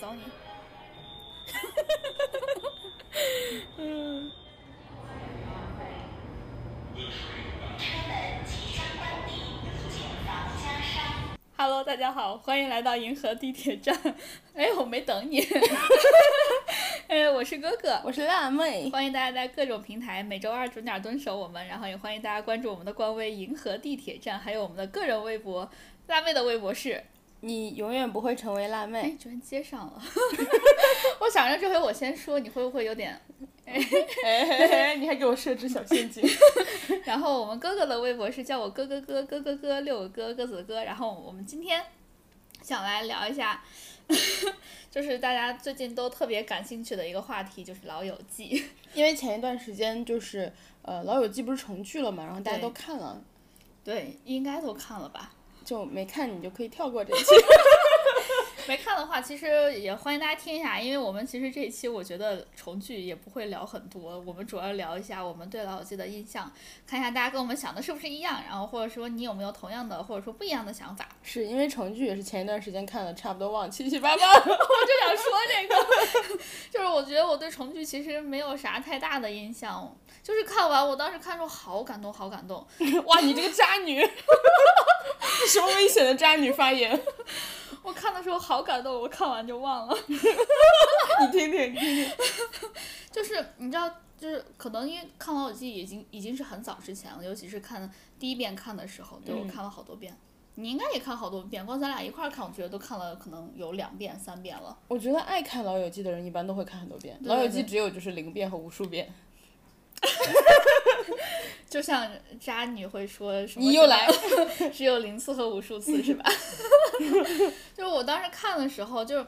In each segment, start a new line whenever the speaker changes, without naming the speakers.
教你。嗯。Hello，大家好，欢迎来到银河地铁站。 哎，我没等你。 哎，我是哥哥，
啊我是辣妹。
欢迎大家在各种平台每周二准点蹲守我们，然后也欢迎大家关注我们的官微“银河地铁站”，还有我们的个人微博。辣妹的微博是
你永远不会成为辣
哎，
妹，
居然接上了。 我想着这回我先说，你会不会有点？
哎，你还给我设置小陷阱。
然后我们哥哥的微博是叫我哥哥哥哥哥哥六个哥鸽子的哥。然后我们今天想来聊一下， 就是大家最近都特别感兴趣的一个话题，就是《老友记》。
因为前一段时间就是呃《老友记》不是重聚了嘛，然后大家
对
都看了，
对，应该都看了吧？
就没看你就可以跳 过这一期。
没看的话，其实也欢迎大家听一下，因为我们其实这一期我觉得重聚也不会聊很多，我们主要聊一下我们对老友记的印象，看一下大家跟我们想的是不是一样，然后或者说你有没有同样的或者说不一样的想法。
是因为重聚也是前一段时间看了，差不多忘七七八八 了。
我就想说这个， 就是我觉得我对重聚其实没有啥太大的印象，就是看完我当时看的时候好感动，好感动，
哇，你这个渣 女！什么危险的渣女发 言？
我看的时候好感动，我看完就忘了。
你听听，听听。
就是你知道，就是可能因为看《老友记》已经已经是很早之前了，尤其是看第一遍看的时候，对我
嗯
看了好多遍。你应该也看好多遍，光咱俩一块儿看，我觉得都看了可能有两遍、三遍了。
我觉得爱看《老友记》的人一般都会看很多遍，
对
老友
对
记》只有就是零遍和无数遍。
就像渣女会说什么，
你又来，
只有零次和无数次是吧？ 就是我当时看的时候，就是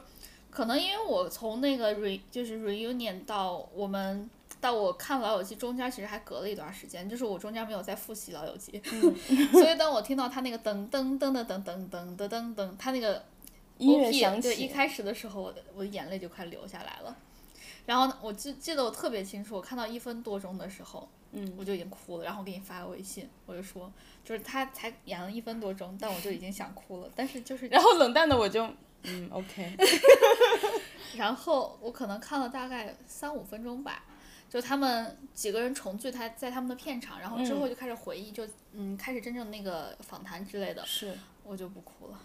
可能因为我从那个 re 就是 reunion 到我们到我看老友记中间，其实还隔了一段时间，就是我中间没有在复习老友记，
嗯
所以当我听到他那个噔噔噔噔噔噔噔噔噔噔，他那个
音乐
OP
响
对，
起，
一开始的时候，我的我的眼泪就快流下来了。然后呢我记记得我特别清楚，我看到一分多钟的时候，
嗯，
我就已经哭了。然后我给你发个微信，我就说，就是他才演了一分多钟，但我就已经想哭了。但是就是，
然后冷淡的我就，嗯，OK。
然后我可能看了大概三五分钟吧，就他们几个人重聚他在他们的片场，然后之后就开始回忆，就嗯开始真正那个访谈之类的。
是，
我就不哭了。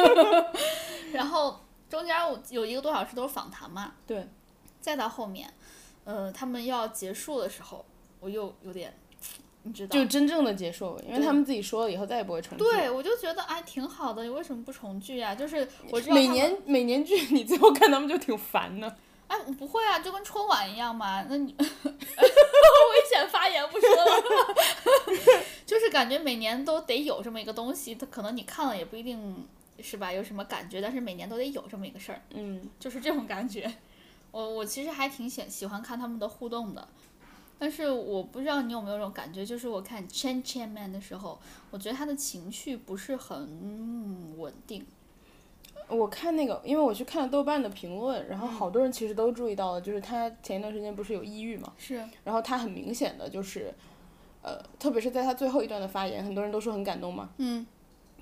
然后中间我有一个多小时都是访谈嘛，
对，
再到后面，呃，他们要结束的时候，我又有点，你知道，
就真正的结束，因为
对
他们自己说了以后再也不会重聚。
对我就觉得哎挺好的，你为什么不重聚呀、就是我知道他
每
们
年每年剧 你最后看他们就挺烦的。
哎我不会啊，就跟春晚一样嘛，那你 危险发言不说了， 就是感觉每年都得有这么一个东西，它可能你看了也不一定是吧有什么感觉，但是每年都得有这么一个事儿。
嗯，
就是这种感觉。我我其实还挺喜喜欢看他们的互动的，但是我不知道你有没有这种感觉，就是我看 Chen Chen Man 的时候，我觉得他的情绪不是很稳定。
嗯我看那个，因为我去看了豆瓣的评论，然后
嗯
好多人其实都注意到了，就是他前一段时间不是有抑郁嘛，
是，
然后他很明显的就是，呃，特别是在他最后一段的发言，很多人都说很感动嘛，
嗯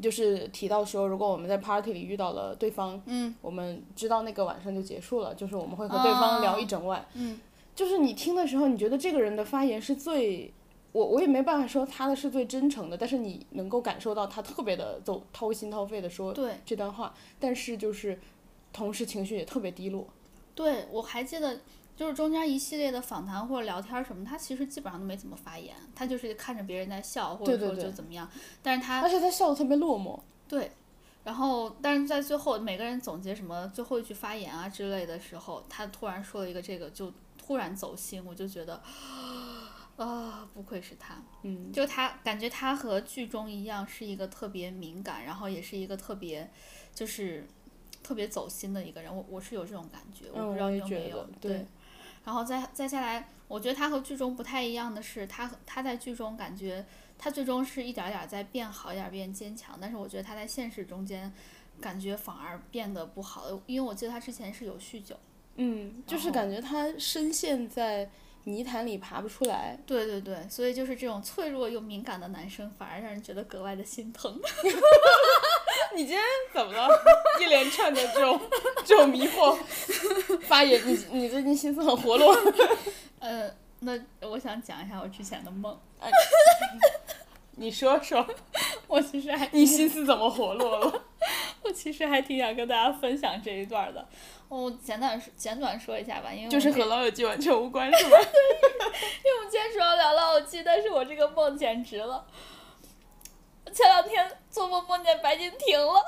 就是提到说，如果我们在 party 里遇到了对方，
嗯，哦
我们知道那个晚上就结束了，就是我们会和对方聊一整晚。
嗯，
就是你听的时候，你觉得这个人的发言是最，我我也没办法说他的是最真诚的，但是你能够感受到他特别的走掏心掏肺的说
对
这段话，但是就是同时情绪也特别低落。
对，我还记得。就是中间一系列的访谈或者聊天什么，他其实基本上都没怎么发言，他就是看着别人在笑，或者
对对
说
对
就怎么样。但是他
而且他笑得特别落寞，
对，然后但是在最后每个人总结什么最后一句发言啊之类的时候，他突然说了一个这个，就突然走心，我就觉得。啊、不愧是他，
嗯，
就他感觉他和剧中一样，是一个特别敏感，然后也是一个特别，就是特别走心的一个人。我我是有这种感觉，我
嗯
不知道
我
你
也
有没
觉
有
得。
对
对，
然后再再下来，我觉得他和剧中不太一样的是，他和他在剧中感觉嗯他最终是一点儿点儿在变好，一点儿变坚强，但是我觉得他在现实中间感觉反而变得不好，因为我记得他之前是有酗酒。
嗯，就
然
是
后
感觉他深陷在泥潭里爬不出 来。
对对对，所以就是这种脆弱又敏感的男生，反而让人觉得格外的心疼。
你今天怎么了？也一连串的这 种这种迷惑发言，你你最近心思很活络。
呃，那我想讲一下我之前的梦，
你说说，
我其实还
你心思怎么活络了？
我其实还挺想跟大家分享这一段的，我简短说简短说一下吧，因为
就是
我
和老友记完全无关，是吧？
因为我们今天主要聊老友记，但是我这个梦简直了。前两天做梦梦见白敬亭 了，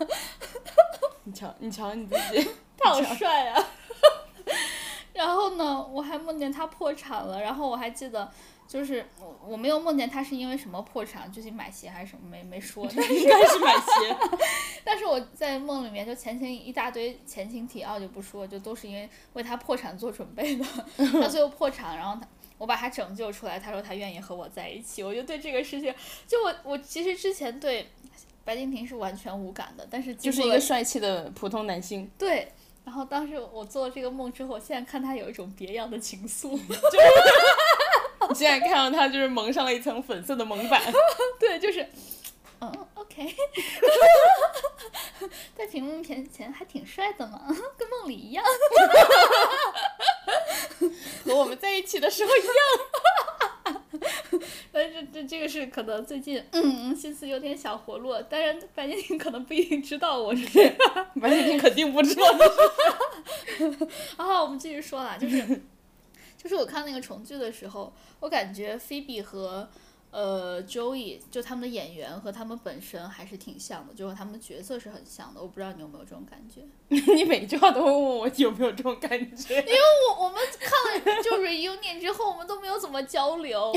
你瞧，你瞧你自己，
他好帅啊！ 然后呢，我还梦见他破产了，然后我还记得，就是我我没有梦见他是因为什么破产，最近买鞋还是什么没 没说，但是
应该是买鞋。
但是我在梦里面就前情一大堆前情提要就不说，就都是因为为他破产做准备 的。他最后破产，然后他我把他拯救出来，他说他愿意和我在一起。我就对这个事情，就我我其实之前对白敬亭是完全无感的，但是
就
经
是
过
一
了
个帅气的普通男性，
对。然后当时我做了这个梦之后，现在看他有一种别样的 情愫，
你现在看到他就是蒙上了一层粉色的蒙 版，
对，就是，嗯，OK，在屏幕面前还挺帅的嘛，跟梦里一样。
和我们在一起的时候一样。
但是这这个是可能最近嗯心思有点小活络，当然白敬亭可能不一定知道我是谁。
白敬亭肯定不知道，
然啊后我们继续说啦，就是 就是我看那个重聚的时候，我感觉菲比和呃 Joey 就他们的演员和他们本身还是挺像的，就是他们的角色是很像的。我不知道你有没有这种感觉？
你每句话都会问我有没有这种感觉。
我我们看了就 reunion 之后，我们都没有怎么交流。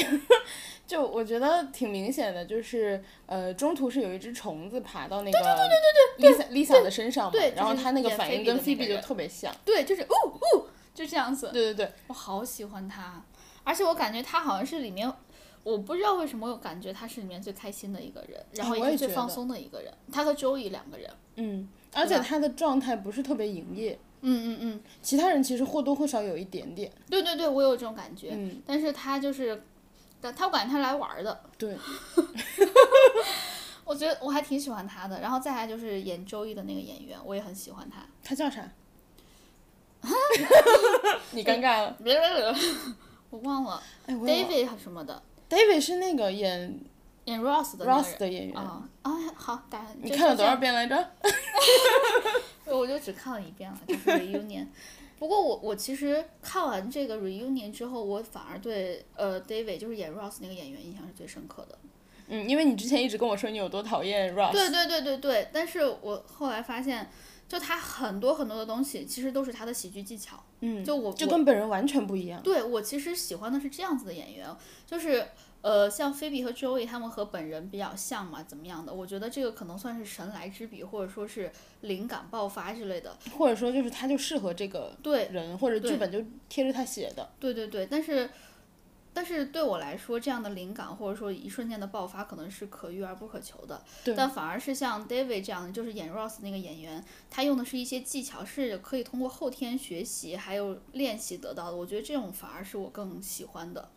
就我觉得挺明显的，就是呃，中途是有一只虫子爬到那个 Lisa Lisa 的身上嘛
对，
然后
就是
他那个
演
反
Phoebe
应跟
的那
Phoebe
个
就
人
特别像。
对，就是呜呜，就这样子。
对对对，
我好喜欢他，而且我感觉他好像是里面，我不知道为什么我感觉他是里面最开心的一个人，然后
啊我也
也是最
觉得
放松的一个人。他和 Joey 两个人，
嗯，而
啊
且他的状态不是特别营业，
嗯嗯嗯，
其他人其实或多或少有一点点。
对对对，我有这种感觉。
嗯，
但是他就是，但他我感觉他来玩儿的，
对，
我觉得我还挺喜欢他的。然后再来就是演 Joey 的那个演员，我也很喜欢他。
他叫啥？ 你尴尬 了。
别别别，我忘了
哎，我也忘
David 什么的，
David 是那个演
演 Ross 的那个
Ross
人。
的演员，
啊啊、好，打
你
就
看了
就
多少遍来着？
对，我就只看了一遍了，就是 reunion。不过我我其实看完这个 reunion 之后，我反而对呃 David 就是演 Ross 那个演员印象是最深刻的。
嗯，因为你之前一直跟我说你有多讨厌 Ross，
对对对对对，但是我后来发现，就他很多很多的东西其实都是他的喜剧技巧。
嗯，
就我
就
我
跟本人完全不一样。
对我其实喜欢的是这样子的演员，就是呃，像菲比和 Joey 他们和本人比较像嘛，怎么样的？我觉得这个可能算是神来之笔，或者说是灵感爆发之类的。
或者说就是他就适合这个
对
人，或者剧
对
本就贴着他写的。
对对对，但是但是对我来说，这样的灵感或者说一瞬间的爆发，可能是可遇而不可求的。
对
但反而是像 David 这样的，就是演 Ross 那个演员，他用的是一些技巧，是可以通过后天学习还有练习得到的。我觉得这种反而是我更喜欢的。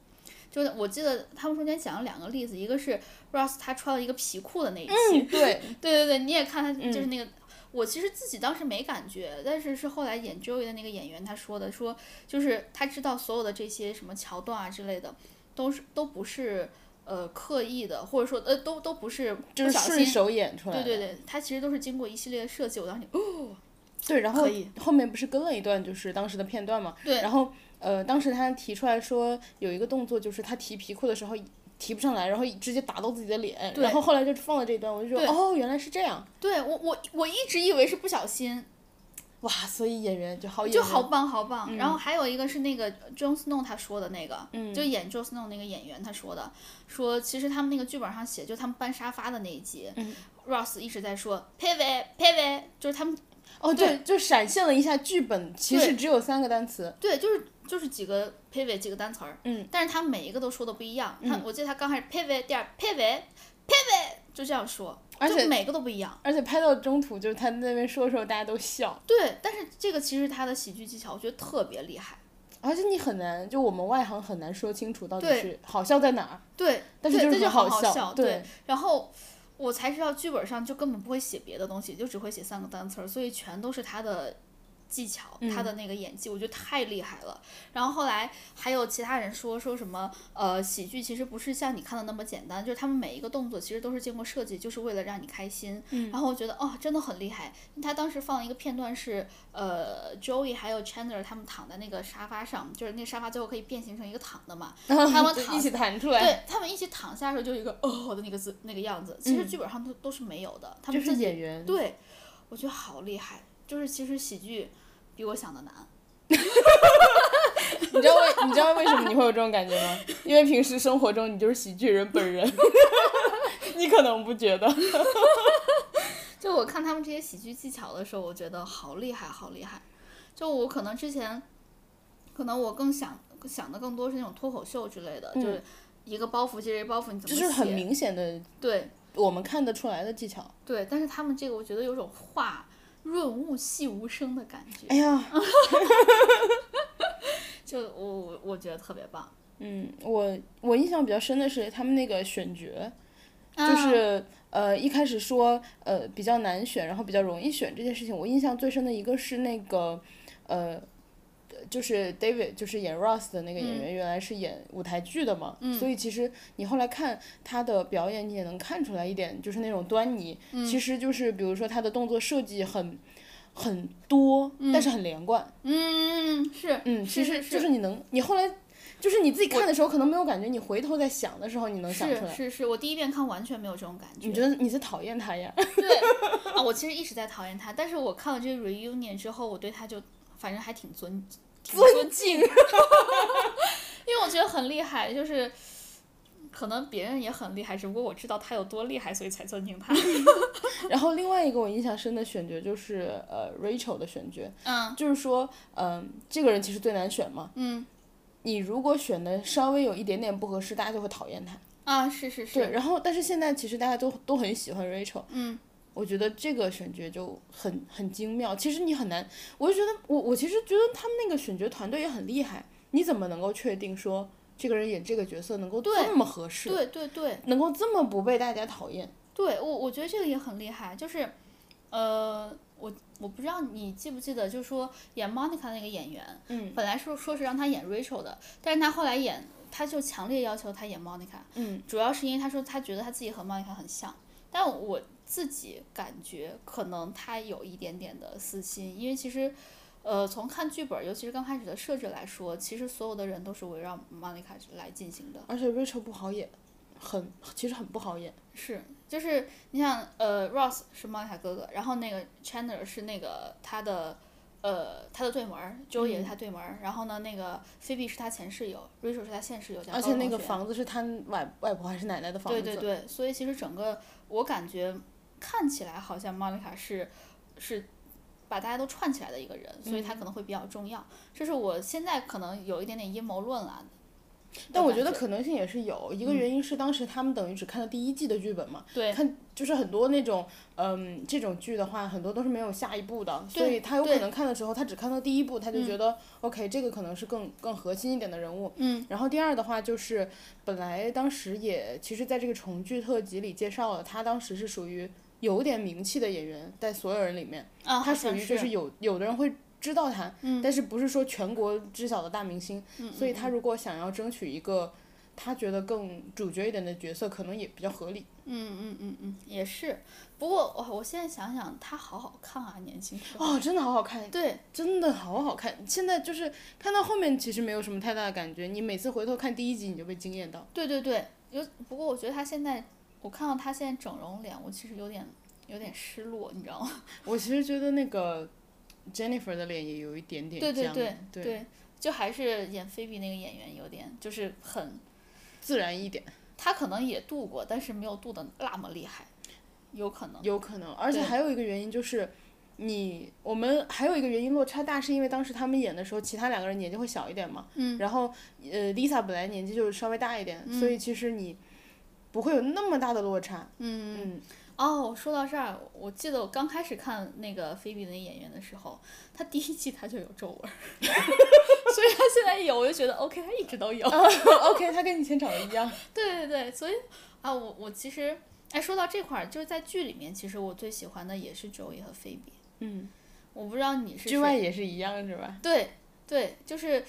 就是我记得他们中间讲了两个例子，一个是 Ross 他穿了一个皮裤的那一期，
对，
嗯对对对，你也看他
嗯
就是那个，我其实自己当时没感觉，但是是后来演 Joey 的那个演员他说的，说就是他知道所有的这些什么桥段啊之类的，都是都不是呃刻意的，或者说呃都都不是
就
不
是
小
顺
心。
手演出来
对
的。
对对，他其实都是经过一系列的设计。我当时就
对然后
可以
后面不是跟了一段就是当时的片段嘛？
对
然后呃，当时他提出来说有一个动作，就是他提皮裤的时候提不上来，然后直接打到自己的脸。
对
然后后来就放了这一段，我就说
对
哦，原来是这样。
对我我我一直以为是不小心，
哇，所以演员就好演
就
员，
好棒好棒。然后还有一个是那个 Jon Snow 他说的那个，
嗯
就演 Jon Snow 那个演员他说的，说其实他们那个剧本上写，就他们搬沙发的那一集、
嗯
r o s s 一直在说 pivot pivot，就是他们
哦，对，就闪现了一下剧本，其实
对
只有三个单词。
对，就是就是几个 pivot 几个单词儿，
嗯，
但是他每一个都说的不一样。他
嗯
我记得他刚开始 pivot，第二 pivot pivot，就这样说，
而且
就每个都不一样。
而且拍到中途，就是他在那边说的时候，大家都笑。
对，但是这个其实他的喜剧技巧，我觉得特别厉害。
而且你很难，就我们外行很难说清楚到底
对
是好笑在哪儿。
对，
但是
对
就是
这就
很
好
好笑
笑。
对
然后我才知道剧本上就根本不会写别的东西，就只会写三个单词儿，所以全都是他的技巧，他
嗯
的那个演技，我觉得太厉害了。然后后来还有其他人说说什么，呃，喜剧其实不是像你看的那么简单，就是他们每一个动作其实都是经过设计，就是为了让你开心。
嗯
然后我觉得哦，真的很厉害。他当时放一个片段是，呃，Joey 还有 Chandler 他们躺在那个沙发上，就是那沙发最后可以变形成一个躺 的嘛，他们
就
躺
一起弹出来，
对他们一起躺下的时候，就有一个哦的那个字那个样子。其实剧本上都、都嗯是没有的，他
就
们
是
自己
演员。
对，我觉得好厉害。就是其实喜剧比我想的难，
你知道为你知道为什么你会有这种感觉吗？因为平时生活中你就是喜剧人本人， 你可能不觉得。
就我看他们这些喜剧技巧的时候，我觉得好厉害，好厉害。就我可能之前，可能我更想想的更多是那种脱口秀之类的，就是一个包袱接着一个包袱，你怎
这
么
就是很
写
明显的，
对
我们看得出来的技巧。
对，但是他们这个我觉得有种化润物细无声的感觉，
哎呀，
就我我我觉得特别棒。
嗯，我我印象比较深的是他们那个选角，
啊
就是呃一开始说呃比较难选，然后比较容易选这件事情，我印象最深的一个是那个呃。就是 David，就是演 Ross 的那个
嗯
演员，原来是演舞台剧的嘛，所以其实你后来看他的表演，你也能看出来一点，就是那种端倪。
嗯
其实就是比如说他的动作设计很很多，但是很连贯。
嗯，是，
嗯，其
是
实
是
就。是你能，你后来就是你自己看的时候可能没有感觉，你回头再想的时候你能想出
是
来。
是是，我第一遍看完全没有这种感 觉。
你觉得你是讨厌他呀？
对啊，我其实一直在讨厌他，但是我看了这个 reunion 之后，我对他就反正还挺尊挺尊敬，因为我觉得很厉害，就是可能别人也很厉害，只不过我知道他有多厉害，所以才尊敬他。
然后另外一个我印象深的选角就是呃 Rachel 的选角，
嗯
就是说，嗯、这个人其实最难选嘛。
嗯
你如果选的稍微有一点点不合适，大家就会讨厌他。
啊，是是
对，
是，
然后但是现在其实大家都都很喜欢 Rachel，
嗯
我觉得这个选角就很很精妙。其实你很难，我就觉得我我其实觉得他们那个选角团队也很厉害。你怎么能够确定说这个人演这个角色能够
对
这么合适，
对对对，
能够这么不被大家讨厌？
对我，我觉得这个也很厉害，就是，呃，我我不知道你记不记得，就是说演 Monica 那个演员，
嗯，
本来说说是让他演 Rachel 的，但是他后来演，他就强烈要求他演 Monica，
嗯，
主要是因为他说他觉得他自己和 Monica 很像，但我自己感觉可能他有一点点的私心，因为其实。呃，从看剧本，尤其是刚开始的设置来说，其实所有的人都是围绕 Monica 来进行的。
而且 Rachel 不好演，很其实很不好演。
是，就是你想，呃，Ross 是莫妮卡哥哥，然后那个 Chandler 是那个他的，呃，他的对门儿，Joe 也是他
嗯
对门儿，然后呢，那个 Phoebe 是他前室友，Rachel 是他现室友，叫
而
高
且
中
那个
学
房子是他外外婆还是奶奶的房子，
对对对，所以其实整个我感觉看起来好像 Monica 是是把大家都串起来的一个人，所以她
嗯
可能会比较重要。这是我现在可能有一点点阴谋论了。
但我觉
的
得
感
可能性也是有
嗯
一个原因是当时他们等于只看了第一季的剧本嘛，
对
看就是很多那种嗯这种剧的话，很多都是没有下一部的，
对
所以他有可
对
能看的时候他只看到第一部，他就觉得、OK 这个可能是更更核心一点的人物。
嗯，
然后第二的话就是本来当时也其实在这个重聚特辑里介绍了，他当时是属于有点名气的演员，在所有人里面，
啊，
他
好
属
像
于就是
是
有有的人会知道他，但是不是说全国知晓的大明星，所以他如果想要争取一个他觉得更主角一点的角色，可能也比较合理。
嗯也是。不过我我现在想想，她好好看啊，年轻时候。
哦，真的好好看，
对，
真的好好看。现在就是看到后面其实没有什么太大的感觉，你每次回头看第一集你就被惊艳到。
对对对，有。不过我觉得她现在，我看到她现在整容脸，我其实有点有点失落，你知道吗？
我其实觉得那个 Jennifer 的脸也有一点点
对对
僵
对
对
就还是演菲比那个演员有点，就是很，
自然一点
她可能也度过，但是没有度的那么厉害，有可能。
有可能，而且
对
还有一个原因就是。你我们还有一个原因落差大，是因为当时他们演的时候，其他两个人年纪会小一点嘛，
嗯，
然后呃，Lisa 本来年纪就是稍微大一点，所以其实你不会有那么大的落差。嗯
哦，说到这儿，我记得我刚开始看那个菲比那个演员的时候，她第一季她就有皱纹儿， 所以她现在有，我就觉得 OK，她一直都有。
嗯 o k 他跟你前找的一样。
对对对，所以啊，我我其实哎，说到这块儿，就是在剧里面，其实我最喜欢的也是 Joey 和菲比。
嗯，
我不知道你是
剧外也是一样是吧？
对对，就是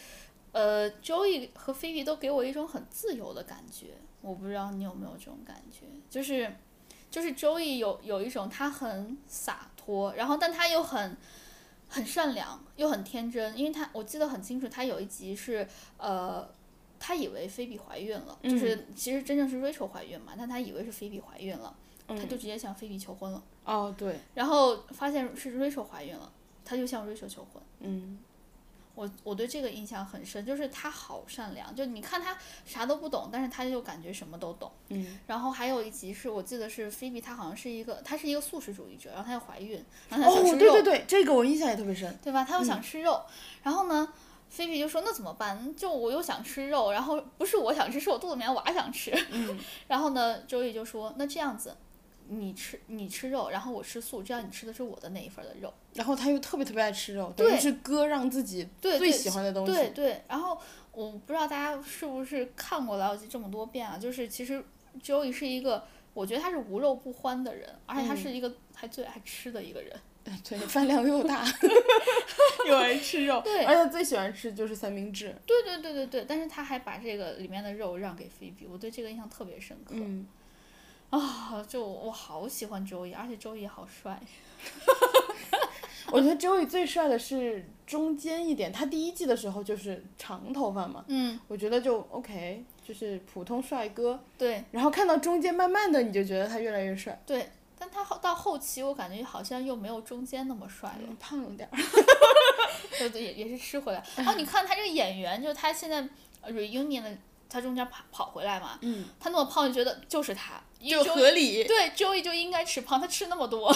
呃，Joey 和菲比都给我一种很自由的感觉。我不知道你有没有这种感觉，就是就是 Joey 有有一种他很洒脱，然后但他又很很善良，又很天真，因为他我记得很清楚，他有一集是呃。他以为菲比怀孕了，就是其实真正是 Rachel 怀孕嘛，但他以为是菲比怀孕了，他
嗯
就直接向菲比求婚了，
哦，对，
然后发现是 Rachel 怀孕了，他就向 Rachel 求婚。
嗯
我我对这个印象很深，就是他好善良，就你看他啥都不懂，但是他就感觉什么都懂。
嗯，
然后还有一集是我记得是菲比，她好像是一个她是一个素食主义者，然后她又怀孕，然后她
哦
想啊吃，肉，
对对嗯对，这个我印象也特别深。
对吧？她又想吃肉，然后呢，菲比就说那怎么办？就我又想吃肉，然后不是我想吃，是我肚子里面娃想吃。
嗯
然后呢，周易就说那这样子，你吃你吃肉，然后我吃素，这样你吃的是我的那一份儿的肉。
然后他又特别特别爱吃肉，等于
对
是割让自己
对
最
对
喜欢的东西。
对对，然后我不知道大家是不是看过老友记这么多遍啊？就是其实 Joey 是一个，我觉得他是无肉不欢的人，而且他
嗯
是一个还最爱吃的一个人。
对，饭量又大， 又爱吃肉，
对
而且最喜欢吃就是三明治。
对对对对对，但是他还把这个里面的肉让给菲比，我对这个印象特别深刻。
嗯，
啊，就我好喜欢 Joey，而且 Joey 好帅。啊
我觉得 Joey 最帅的是中间一点，他第一季的时候就是长头发嘛，
嗯，
我觉得就 OK，就是普通帅哥。
对
然后看到中间慢慢的，你就觉得他越来越帅，
对，但他后到后期我感觉好像又没有中间那么帅了。
胖了点儿。
对对，也也是吃回来。哦，你看他这个演员，就是他现在呃 reunion 的，他中间跑跑回来嘛，
嗯，
他那么胖，就觉得就是他，因为
就
Joey-
合理。
对 Joey 就应该吃胖，他吃那么多，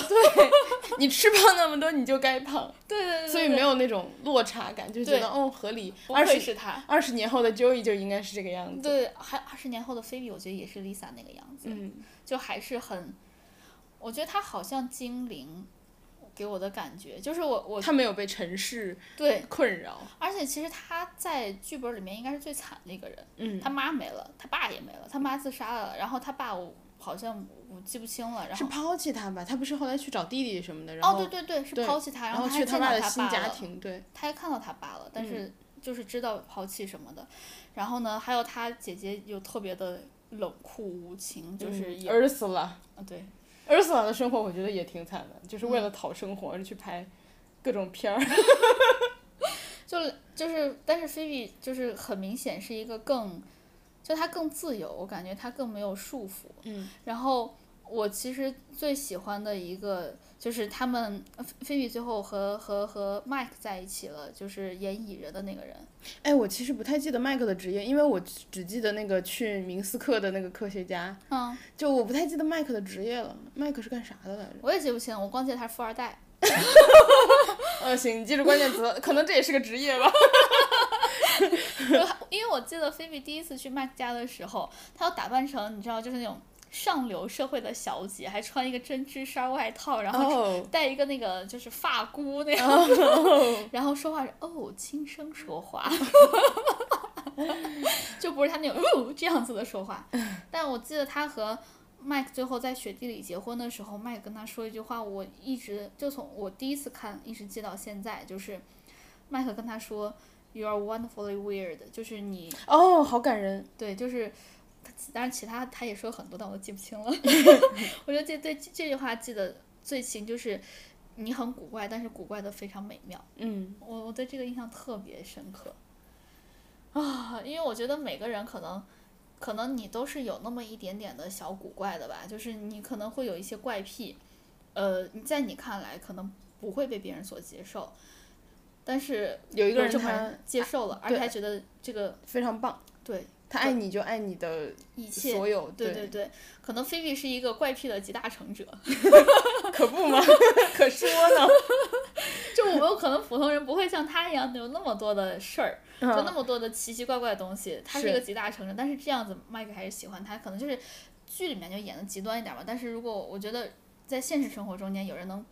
你吃胖那么多，你就该胖，
对 对对对，
所以没有那种落差感，就觉
对
得哦合理。
不
二
愧
十
是他。
二十年后的 Joey 就应该是这个样子。
对，还二十年后的菲比，我觉得也是 Lisa 那个样子，
嗯，
就还是很，我觉得他好像精灵，给我的感觉就是我我
他没有被尘世
对，
困扰。
而且其实他在剧本里面应该是最惨的一个人。
嗯，
他妈没了，他爸也没了，他妈自杀了，然后他爸我好像我记不清了，然
是
后
抛弃他吧？他不是后来去找弟弟什么的，然
哦
后、
对对对，是
对
抛弃他，
然
后他还
去
见到
爸
他
的新家
了，嗯
庭，对，
他还看到他爸了，但是就是知道抛弃什么的，然后呢，还有他姐姐又特别的冷酷无情，就是也、
饿嗯死了。
嗯、对，
饿死了的生活，我觉得也挺惨的，就是为了讨生活而去拍各种片儿。
就就是但是菲比就是很明显是一个更，就她更自由，我感觉她更没有束缚，
嗯
然后我其实最喜欢的一个就是他们呃菲菲比最后和和和 Mike 在一起了，就是演蚁人的那个人。
哎，我其实不太记得麦克的职业，因为我只记得那个去明斯克的那个科学家，
嗯，
就我不太记得麦克的职业了。麦克是干啥的来着？
我也记不清，我光记得他是富二代。
呃，行，你记住关键词，可能这也是个职业吧。
因为我记得菲比第一次去 Mike 家的时候，她要打扮成你知道就是那种上流社会的小姐，还穿一个针织衫外套，然后
哦，
戴一个那个就是发箍那样， 然后说话是哦轻声说话，就不是他那种哦这样子的说话。但我记得他和麦克最后在雪地里结婚的时候，麦克跟他说一句话，我一直就从我第一次看一直记到现在，就是麦克跟他说 “You are wonderfully weird”，就是你
哦，好感人。
对，就是他其，当然其他他也说很多，但我都记 不清了。我就记对这这句话记得最清，就是你很古怪，但是古怪的非常美妙。
嗯，
我我对这个印象特别深刻啊，因为我觉得每个人可能。可能你都是有那么一点点的小古怪的吧，就是你可能会有一些怪癖，呃，在你看来可能不会被别人所接受，但是
有一个人
这么
他啊
人接受了，而且
对
还觉得这个
非常棒，
对
他爱你就爱你的
一切
所有，
对对对，可能菲比是一个怪癖的集大成者，
可不嘛，可说呢。
就我们有可能普通人不会像他一样有那么多的事儿，就那
嗯
么多的奇奇怪怪的东西。他是
是
一个集大成者，但是这样子麦克还是喜欢他，可能就是剧里面就演的极端一点吧。但是如果我觉得在现实生活中间有人能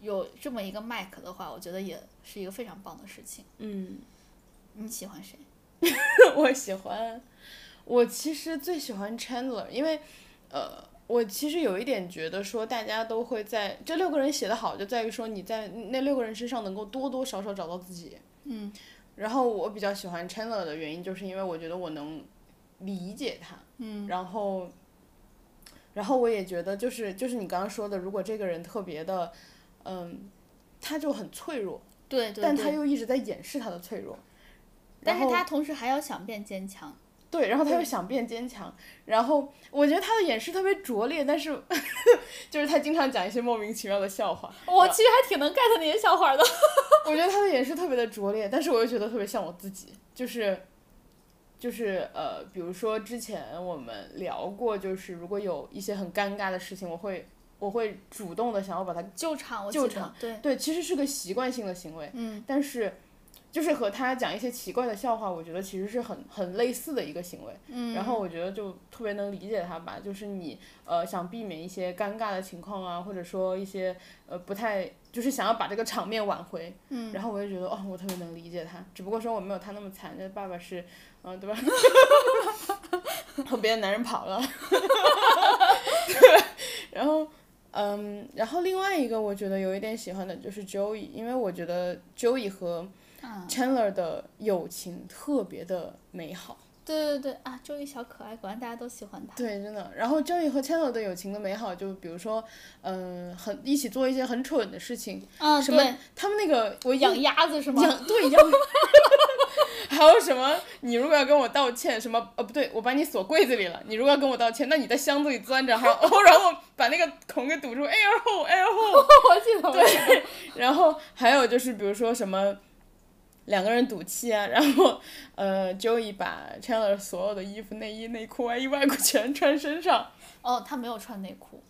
有这么一个麦克的话，我觉得也是一个非常棒的事情。
嗯，
你喜欢谁？
我喜欢，我其实最喜欢 Chandler，因为呃，我其实有一点觉得说，大家都会在这六个人写的好，就在于说你在那六个人身上能够多多少少找到自己。
嗯，
然后我比较喜欢 Chandler 的原因，就是因为我觉得我能理解
啊
他。嗯，然后，然后我也觉得就是就是你刚刚说的，如果这个人特别的，嗯，他就很脆弱，
对对
但
对
他又一直在掩饰他的脆弱。
但
然
是
后
他同时还要想变坚强，
对，然后他又
对
想变坚强，然后我觉得他的演示特别拙劣，但是 就是他经常讲一些莫名其妙的笑话。
我其实还挺能 get 那些笑话的。
我觉得他的演示特别的拙劣，但是我又觉得特别像我自己，就是就是呃，比如说之前我们聊过，就是如果有一些很尴尬的事情，我会我会主动的想要把它
救场，我记
救
得
场
对，
对，其实是个习惯性的行为，
嗯，
但是就是和他讲一些奇怪的笑话，我觉得其实是很很类似的一个行为。
嗯，
然后我觉得就特别能理解他吧，就是你呃想避免一些尴尬的情况啊，或者说一些呃不太就是想要把这个场面挽回，嗯，然后我就觉得哦，我特别能理解他，只不过说我没有他那么惨，那爸爸是嗯、对吧， 和别的男人跑了， 然后。嗯，然后另外一个我觉得有一点喜欢的就是 Joey，因为我觉得 Joey 和
啊，
Chandler 的友情特别的美好。
对对对啊，周瑜小可爱，果然大家都喜欢他。
对，真的。然后 Joey 和 Chandler 的友情的美好，就比如说，嗯、很一起做一些很蠢的事情，
嗯，
什么
对，
他们那个我
我
印
养鸭 子是吗？
养对养， 还有什么？你如果要跟我道歉，什么呃不对，我把你锁柜子里了。你如果要跟我道歉，那你在箱子里钻着，还有 哦，然后把那个孔给堵住，air 哎 hole，air hole。
我记得，对，
然后还有就是，比如说什么两个人赌气啊，然后呃，Joey 把 Chandler 所有的衣服、内衣、内裤、外衣、外裤全穿身上。
哦，他没有穿内裤，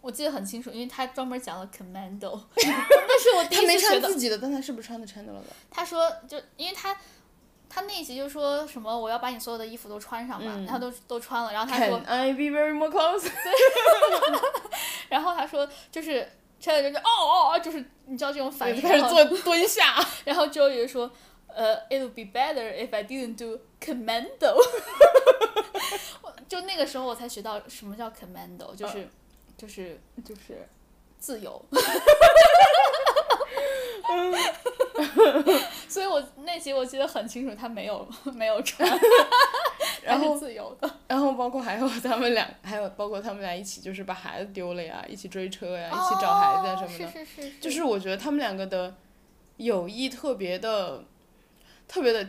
我记得很清楚，因为他专门讲了 commando，那是我第
他没
一次学
穿
的。
自己的，但他是不是穿的 Chandler 的？
他说，就因为他。他那一集就说什么我要把你所有的衣服都穿上嘛，
嗯
他都都穿了，然后他说
Can I be very more close？
然后他说就是陈小就哦哦哦，就是你知道这种反应，哦
开始
然后
做蹲 下，
然后周瑜说，呃，it would be better if I didn't do commando。我就那个时候我才学到什么叫 commando，就是、就是
嗯就是，
自由。所以我那集我记得很清楚，他没有没有穿，
然
他是
后
自由的。
然后包括还有他们俩，还有包括他们俩一起就是把孩子丢了呀，一起追车呀，啊一起找孩子呀什么的，
哦是是是，
就是我觉得他们两个的友谊特别的，特别的。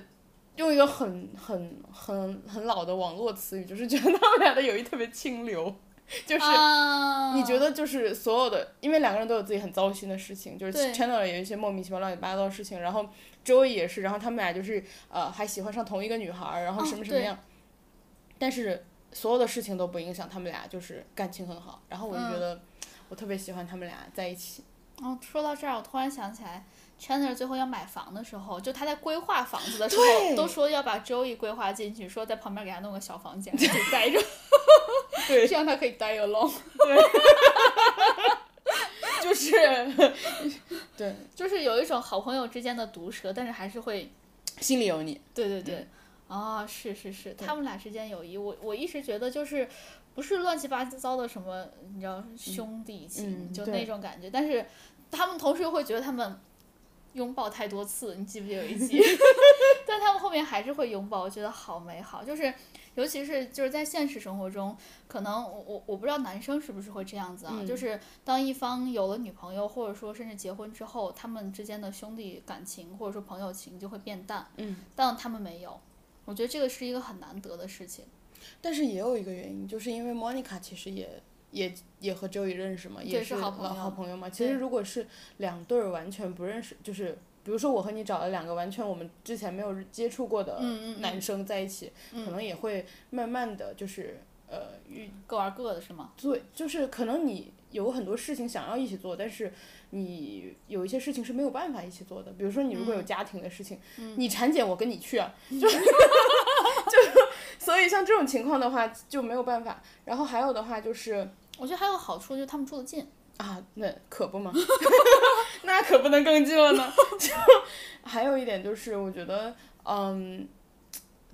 用一个很很很很老的网络词语，就是觉得他们俩的友谊特别清流， 就是
啊、
你觉得就是所有的，因为两个人都有自己很糟心的事情，就是
对
Chandler 也有一些莫名其妙乱七八糟的事情，然后 Joey 也是，然后他们俩就是呃还喜欢上同一个女孩儿，然后
哦
什么什么
对
样，但是所有的事情都不影响他们俩就是感情很好，然后我就觉
嗯
得我特别喜欢他们俩在一起，
哦，说到这儿，我突然想起来，Chandler 最后要买房的时候，就他在规划房子的时候，
对
都说要把 Joey 规划进去，说在旁边给他弄个小房间，就待着，
对
这样他可以 die alone。
就是 对
就是有一种好朋友之间的毒舌，但是还是会，
心里有你，
对对对，啊、是是是，
嗯对
他们俩之间友谊，我我一直觉得就是不是乱七八糟的什么，你知道兄弟情，
嗯
就
对
那种感觉，但是他们同时又会觉得他们。拥抱太多次，你记不记得有一集？ 但他们后面还是会拥抱，我觉得好美好。就是，尤其是就是在现实生活中，可能我我我不知道男生是不是会这样子啊，
嗯
就是当一方有了女朋友，或者说甚至结婚之后，他们之间的兄弟感情或者说朋友情就会变淡。
嗯，
但他们没有，我觉得这个是一个很难得的事情。
但是也有一个原因，就是因为 Monica 其实也也也和 Joey 认识嘛，也
对是好
老
朋友
好朋友嘛。其实
对
如果是两对儿完全不认识，就是比如说我和你找了两个完全我们之前没有接触过的
嗯嗯嗯
男生在一起，可能也会慢慢的就是呃遇
嗯各玩各的是吗？
做，就是可能你有很多事情想要一起做，但是你有一些事情是没有办法一起做的。比如说你如果有家庭的事情，你产检我跟你去啊，就就所以像这种情况的话就没有办法。然后还有的话就是
我觉得还有好处就是他们住得近，
啊，那可不嘛， 那可不能更近了呢。就还有一点就是，我觉得嗯，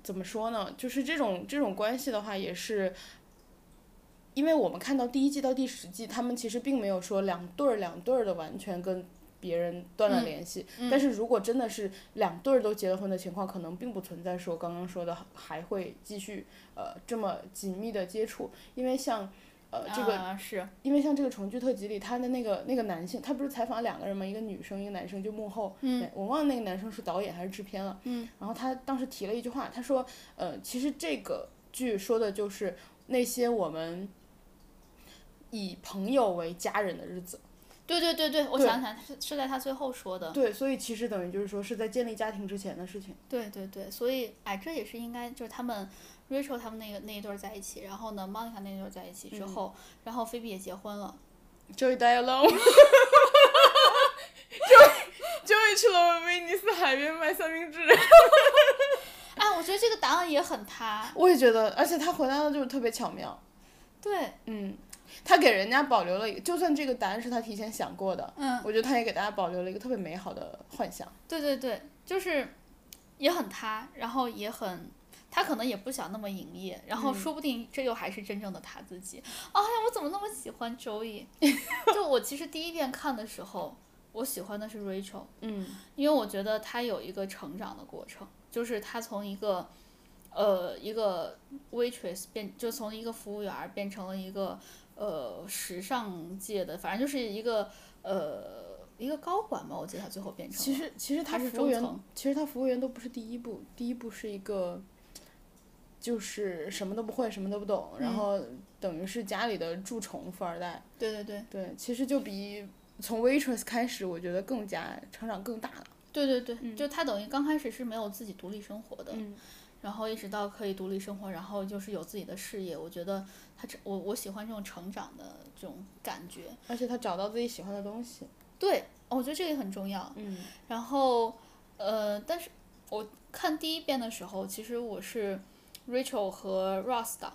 怎么说呢，就是这种这种关系的话也是。因为我们看到第一季到第十季，他们其实并没有说两对儿两对儿的完全跟别人断了联系。但是如果真的是两对儿都结了婚的情况，可能并不存在说刚刚说的还会继续呃这么紧密的接触，因为像呃这个
啊是，
因为像这个重聚特辑里，他的那个那个男性，他不是采访两个人吗？一个女生，一个男生，就幕后。嗯，我忘了那个男生是导演还是制片了。嗯，然后他当时提了一句话，他说：“呃，其实这个剧说的就是那些我们以朋友为家人的日子。
对对对对，我
对
想起来是是在他最后说的，
对，所以其实等于就是说是在建立家庭之前的事情。
对对对，所以哎，这也是应该就是他们 Rachel 他们那个那一对儿在一起，然后呢 Monica 那一对儿在一起之
嗯
后，然后菲比也结婚了，
Joy die alone 。Joy 去了威尼斯海边卖三明治。
哎，我觉得这个答案也很他，
我也觉得，而且他回答的就是特别巧妙。
对，
嗯，他给人家保留了一个，就算这个答案是他提前想过的，
嗯，
我觉得他也给大家保留了一个特别美好的幻想。
对对对，就是也很他，然后也很。他可能也不想那么营业，然后说不定这又还是真正的他自己。哎呀，我怎么那么喜欢 Joey？就 我其实第一遍看的时候，我喜欢的是 Rachel，
嗯
因为我觉得他有一个成长的过程，就是他从一个，呃，一个 waitress 变，就从一个服务员儿变成了一个呃时尚界的，反正就是一个呃一个高管嘛，我记得他最后变成了。
其实其实他
还是
服务
中
员
层，
其实他服务员都不是第一步，第一步是一个，就是什么都不会，什么都不懂，然后等于是家里的蛀虫富二代。
对嗯对对
对，其实就比从 waitress 开始，我觉得更加成长更大了。
对对对，就他等于刚开始是没有自己独立生活的，
嗯
然后一直到可以独立生活，然后就是有自己的事业，我觉得他这我我喜欢这种成长的这种感觉。
而且他找到自己喜欢的东西。
对，我觉得这个也很重要。
嗯
然后，呃，但是我看第一遍的时候，其实我是 Rachel 和 Ross 党，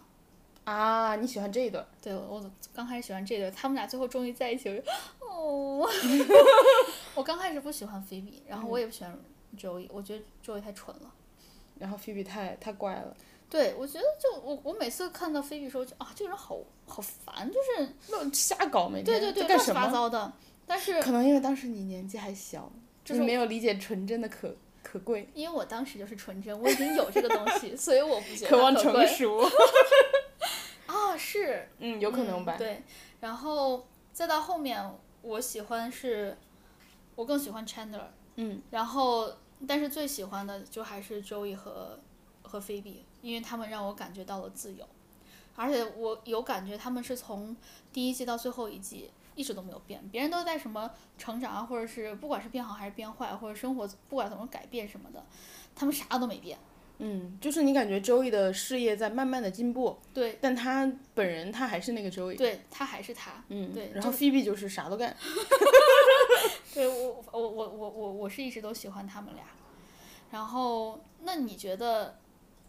嗯
啊，你喜欢这一对儿？
对我刚开始喜欢这对，他们俩最后终于在一起，我就 哦，我刚开始不喜欢 Phoebe，然后我也不喜欢 Joey，、我觉得 Joey 太蠢了。
然后菲比太太怪了。
对，我觉得就我我每次看到 Phoebe 的时候就啊，这个人好好烦，就是
那瞎搞每
嗯对
天
对对，
在干
乱七
什
八
么？
糟的。但是
可能因为当时你年纪还小，
就
你
是
没有理解纯真的可可贵，
因为我当时就是纯真，我已经有这个东西，所以我不觉得
渴望
可
成
贵
熟。
啊，是
嗯，有可能吧
嗯。对，然后再到后面，我喜欢是，我更喜欢 Chandler，
嗯，
然后但是最喜欢的就还是 Joey 和和 Phoebe，因为他们让我感觉到了自由，而且我有感觉他们是从第一季到最后一季。一直都没有变，别人都在什么成长啊，或者是不管是变好还是变坏，或者生活不管怎么改变什么的，他们啥都没变。
嗯，就是你感觉周易的事业在慢慢的进步，
对，
但他本人他还是那个周易。
对他还是他。
嗯，
对
然后
就
菲比就是啥都干。
对我，我我我我我是一直都喜欢他们俩。然后，那你觉得，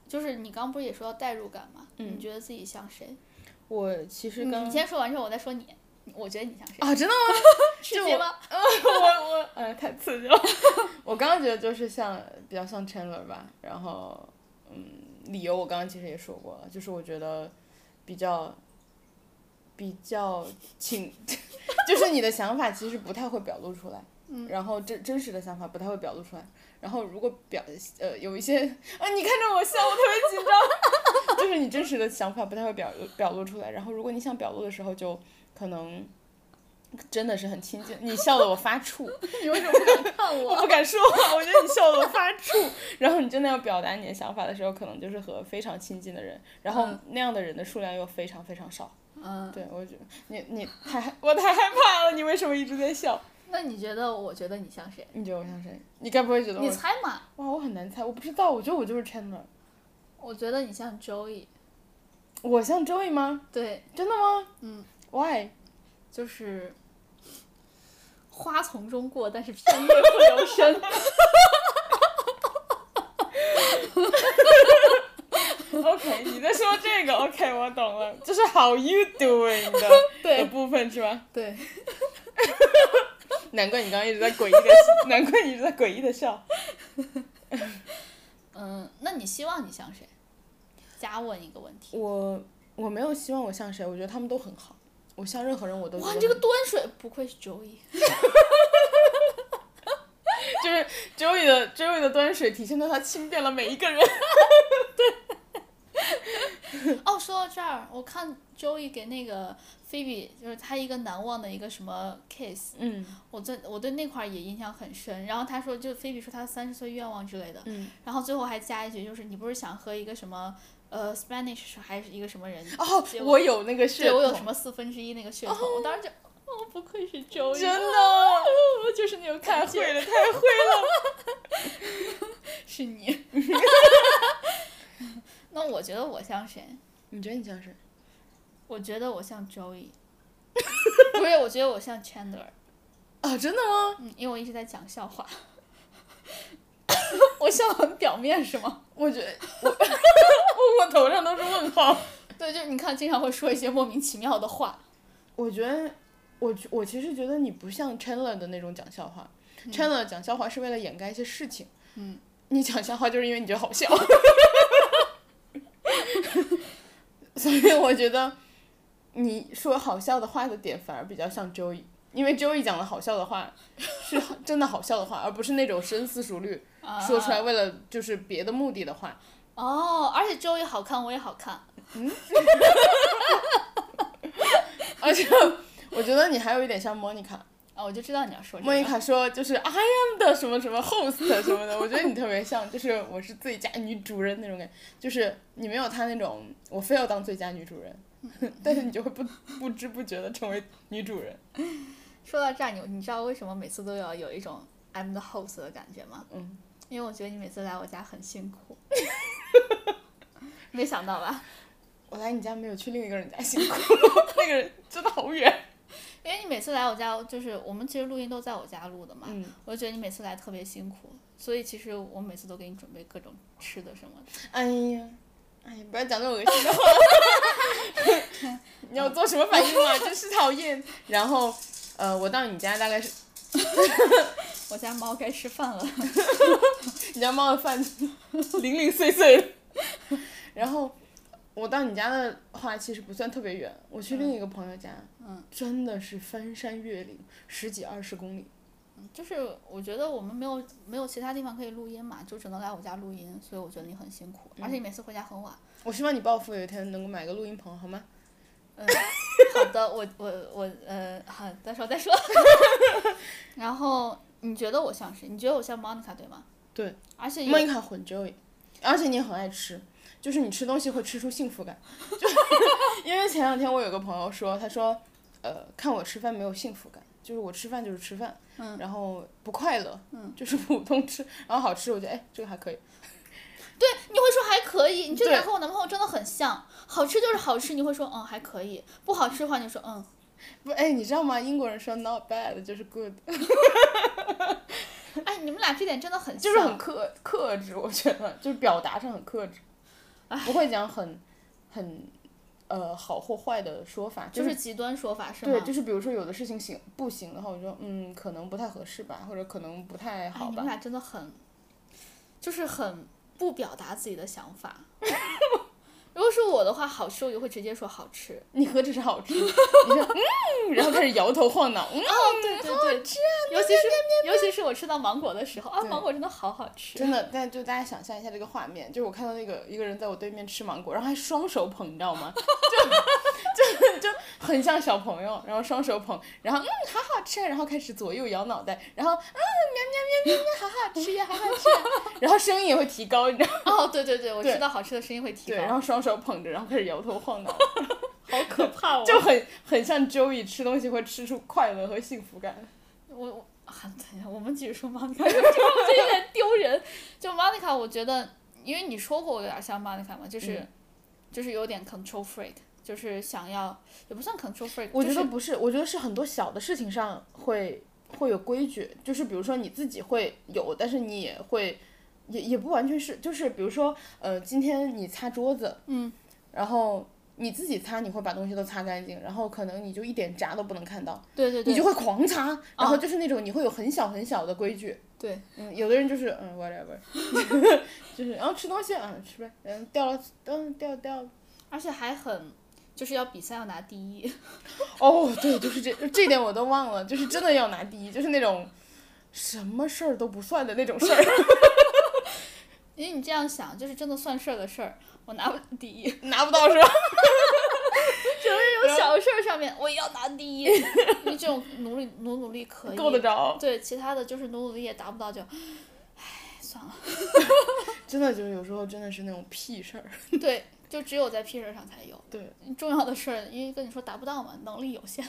就是你刚不是也说到代入感吗？你觉得自己像谁？
我其实
你
刚
你先说完之后，我再说你。我觉得你像嗯 谁？
啊，真的吗？
是接吗？
我我呃，太刺激了。 我刚刚觉得就是像比较像 Chandler 吧，然后嗯，理由我刚刚其实也说过了，就是我觉得比较比较请， 就是你的想法其实不太会表露出来。嗯、然后真真实的想法不太会表露出来，然后如果表呃有一些 啊，你看着我笑，我特别紧张， 就是你真实的想法不太会表露表露出来，然后如果你想表露的时候，就可能真的是很亲近，你笑得我发 怵，
你为什么不敢看
我
我？
不敢说话，我觉得你笑得我发怵。然后你真的要表达你的想法的时候，可能就是和非常亲近的人，然后那样的人的数量又非常非常少。
嗯，
对我觉得你你太害我太害怕了，你为什么一直在笑？
那你觉得？我觉得你像谁？
你觉得我像谁？你该不会觉得
你
我
猜嘛？
哇？我很难猜，我不知道，我觉得我就是 Chandler。
我觉得你像 Joey。
我像 Joey 吗？
对，
真的吗？
嗯。
Why？
就是花丛中过，但是片叶不留 声。
OK，你在说这个 OK，我懂了，就是 How you doing 的的
对
部分是吧？
对，
难怪你刚刚一直在诡异的， 难怪你一直在诡异的笑。
嗯，那你希望你像谁？加问一个问题。
我我没有希望我像谁，我觉得他们都很好，我像任何人我都觉得
哇，
很
你这个端水不愧是 Joey，
就是 Joey 的 Joey 的端水体现到他亲遍了每一个人。
哦，说到这儿，我看 Joey 给那个 Phoebe，就是他一个难忘的一个什么 kiss，
嗯
我对我对那块儿也印象很深。然后他说，就 Phoebe 说他三十岁愿望之类的，
嗯。
然后最后还加一句，就是你不是想和一个什么呃 Spanish 还是一个什么人？
哦
结，果
我有那个血
对我有什
统
么四分之一那个血统，我当时就，哦，不愧是 Joey，
真的，
我 就是那种
太
感觉
哦会了，太会了。
是你。 那我觉得我像谁？
你觉得你像谁？
我觉得我像 Joey，不是，我觉得我像 Chandler，
啊，真的吗？
嗯，因为我一直在讲笑话。 我笑得很表面是吗？
我觉得哦我我头上都是问号。
对，就是你看，经常会说一些莫名其妙的话。
我觉得我觉我其实觉得你不像 Chandler 的那种讲笑话、c h a n d l e r 讲笑话是为了掩盖一些事情。
嗯，
你讲笑话就是因为你觉得好 笑。 所以我觉得你说好笑的话的点反而比较像 Joey，因为 Joey 讲的好笑的话是真的好笑的话，而不是那种深思熟虑
啊
说出来为了就是别的目的的话。
哦，而且 Joey 好看，我也好看。
而且我觉得你还有一点像 Monica。
啊，我就知道你要说这
莫妮
个。
卡说，就是 I am 的什么什么 host 什么的，我觉得你特别像，就是我是最佳女主人那种感觉，就是你没有她那种我非要当最佳女主人， 但是你就会不不知不觉的成为女主人。
说到这儿，你你知道为什么每次都要有一种 I'm the host 的感觉吗？
嗯，
因为我觉得你每次来我家很辛苦。 没想到吧？
我来你家没有去另一个 人家辛苦，那个人真的好远。
因为你每次来我家，就是我们其实录音都在我家录的嘛，
嗯，
我就觉得你每次来特别辛苦，所以其实我每次都给你准备各种吃的什么的。
哎呀，哎呀，不要讲这种恶 心的话。你要做什么反应啊？真是讨厌。然后，呃，我到你家大概是
我家猫该吃饭了，
你家猫的饭零零碎碎的。然后我到你家的话，其实不算特别远，我去另一个朋友家，
嗯，
真的是翻山越岭，十几二十公里。
嗯就是我觉得我们没有没有其他地方可以录音嘛，就只能来我家录音，所以我觉得你很辛苦，
嗯
而且你每次回家很 晚。
我希望你暴富有一天能够买个录音棚，好吗？
嗯，好的，我我我呃，好，再说再说。 然后你觉得我像谁？你觉得我像 Monica 对吗？
对。
而且
莫
有
妮卡混 Joey，而且你也很爱吃，就是你吃东西会吃出幸福感。就 因为前两天我有个朋友说，他说，呃，看我吃饭没有幸福感，就是我吃饭就是吃饭，
嗯
然后不快乐，就是普通吃，然后好吃，我觉得哎这个还可以。
对，你会说还可以，你这
对
点和我男朋友真的很像。好吃就是好吃，你会说嗯还可以；不好吃的话，你就 说嗯。
不，哎，你知道吗？英国人说 not bad 就是 good，
哎，你们俩这点真的很像，
就是很克克制，我觉得就是表达上很克制，不会讲很很呃好或坏的说法，
就是是极端说法是吗？
对，就是比如说有的事情行不行的话，我就说嗯，可能不太合适吧，或者可能不太
哎，
好
你
吧
们。俩真的很，就是很不表达自己的想 法。如果是我的话，好吃我就会直接说好吃。
你何止是好吃，你说嗯，然后开始摇头晃脑，嗯，
哦，对对对，吃啊！尤其是尤其是我吃到芒果的时候啊，
对
芒果真的好好吃。
真的，但就大家想象一下这个画面，就是我看到那个一个人在我对面吃芒果，然后还双手捧，你知道吗？ 就就就很像小朋友，然后双手捧，然后嗯，好好吃啊，然后开始左右摇脑袋，然后嗯，喵喵喵喵喵，好好吃呀，好好吃呀， 然后声音也会提高，你知道吗？
哦，对对对，我
对
吃到好吃的声音会提
对，
高，
然后双手捧着，然后开始摇头晃脑，
好可怕哦！
就很很像 Joey 吃东西会吃出快乐和幸福感。
我我啊，等一下，我们继续说 Monica，这 个有点丢人。就 Monica，我觉得，因为你说过我有点像 Monica 嘛，就是、
嗯
就是有点 control freak，就是想要也不算 control freak，
我
就
觉得
是
不是，我觉得是很多小的事情上会会有规矩，就是比如说你自己会有，但是你也会，也也不完全是，就是比如说，呃，今天你擦桌子，
嗯，
然后你自己擦，你会把东西都擦干净，然后可能你就一点渣都不能看到，
对
你
对对哦
就会狂擦，然后就是那种你会有很小很小的规矩，
对，
嗯，有的人就是嗯 whatever，就是然后吃东西啊吃呗，嗯掉了嗯掉掉了，
而且还很就是要比赛要拿第一。
哦，对，就是这这点我都忘了，就是真的要拿第一，就是那种什么事儿都不算的那种事儿，
因为你这样想，就是真的算事儿的事儿，我拿不了第 一，
拿不到是吧？
就是那种小事儿上面我也要拿第一， 因为这种努力努努力可以
够得着，
对，其他的就是努努力也达不到就，唉，算了。
真的就是有时候真的是那种屁事儿。
对，就只有在屁事儿上才有。
对，
重要的事儿，因为跟你说达不到嘛，能力有限。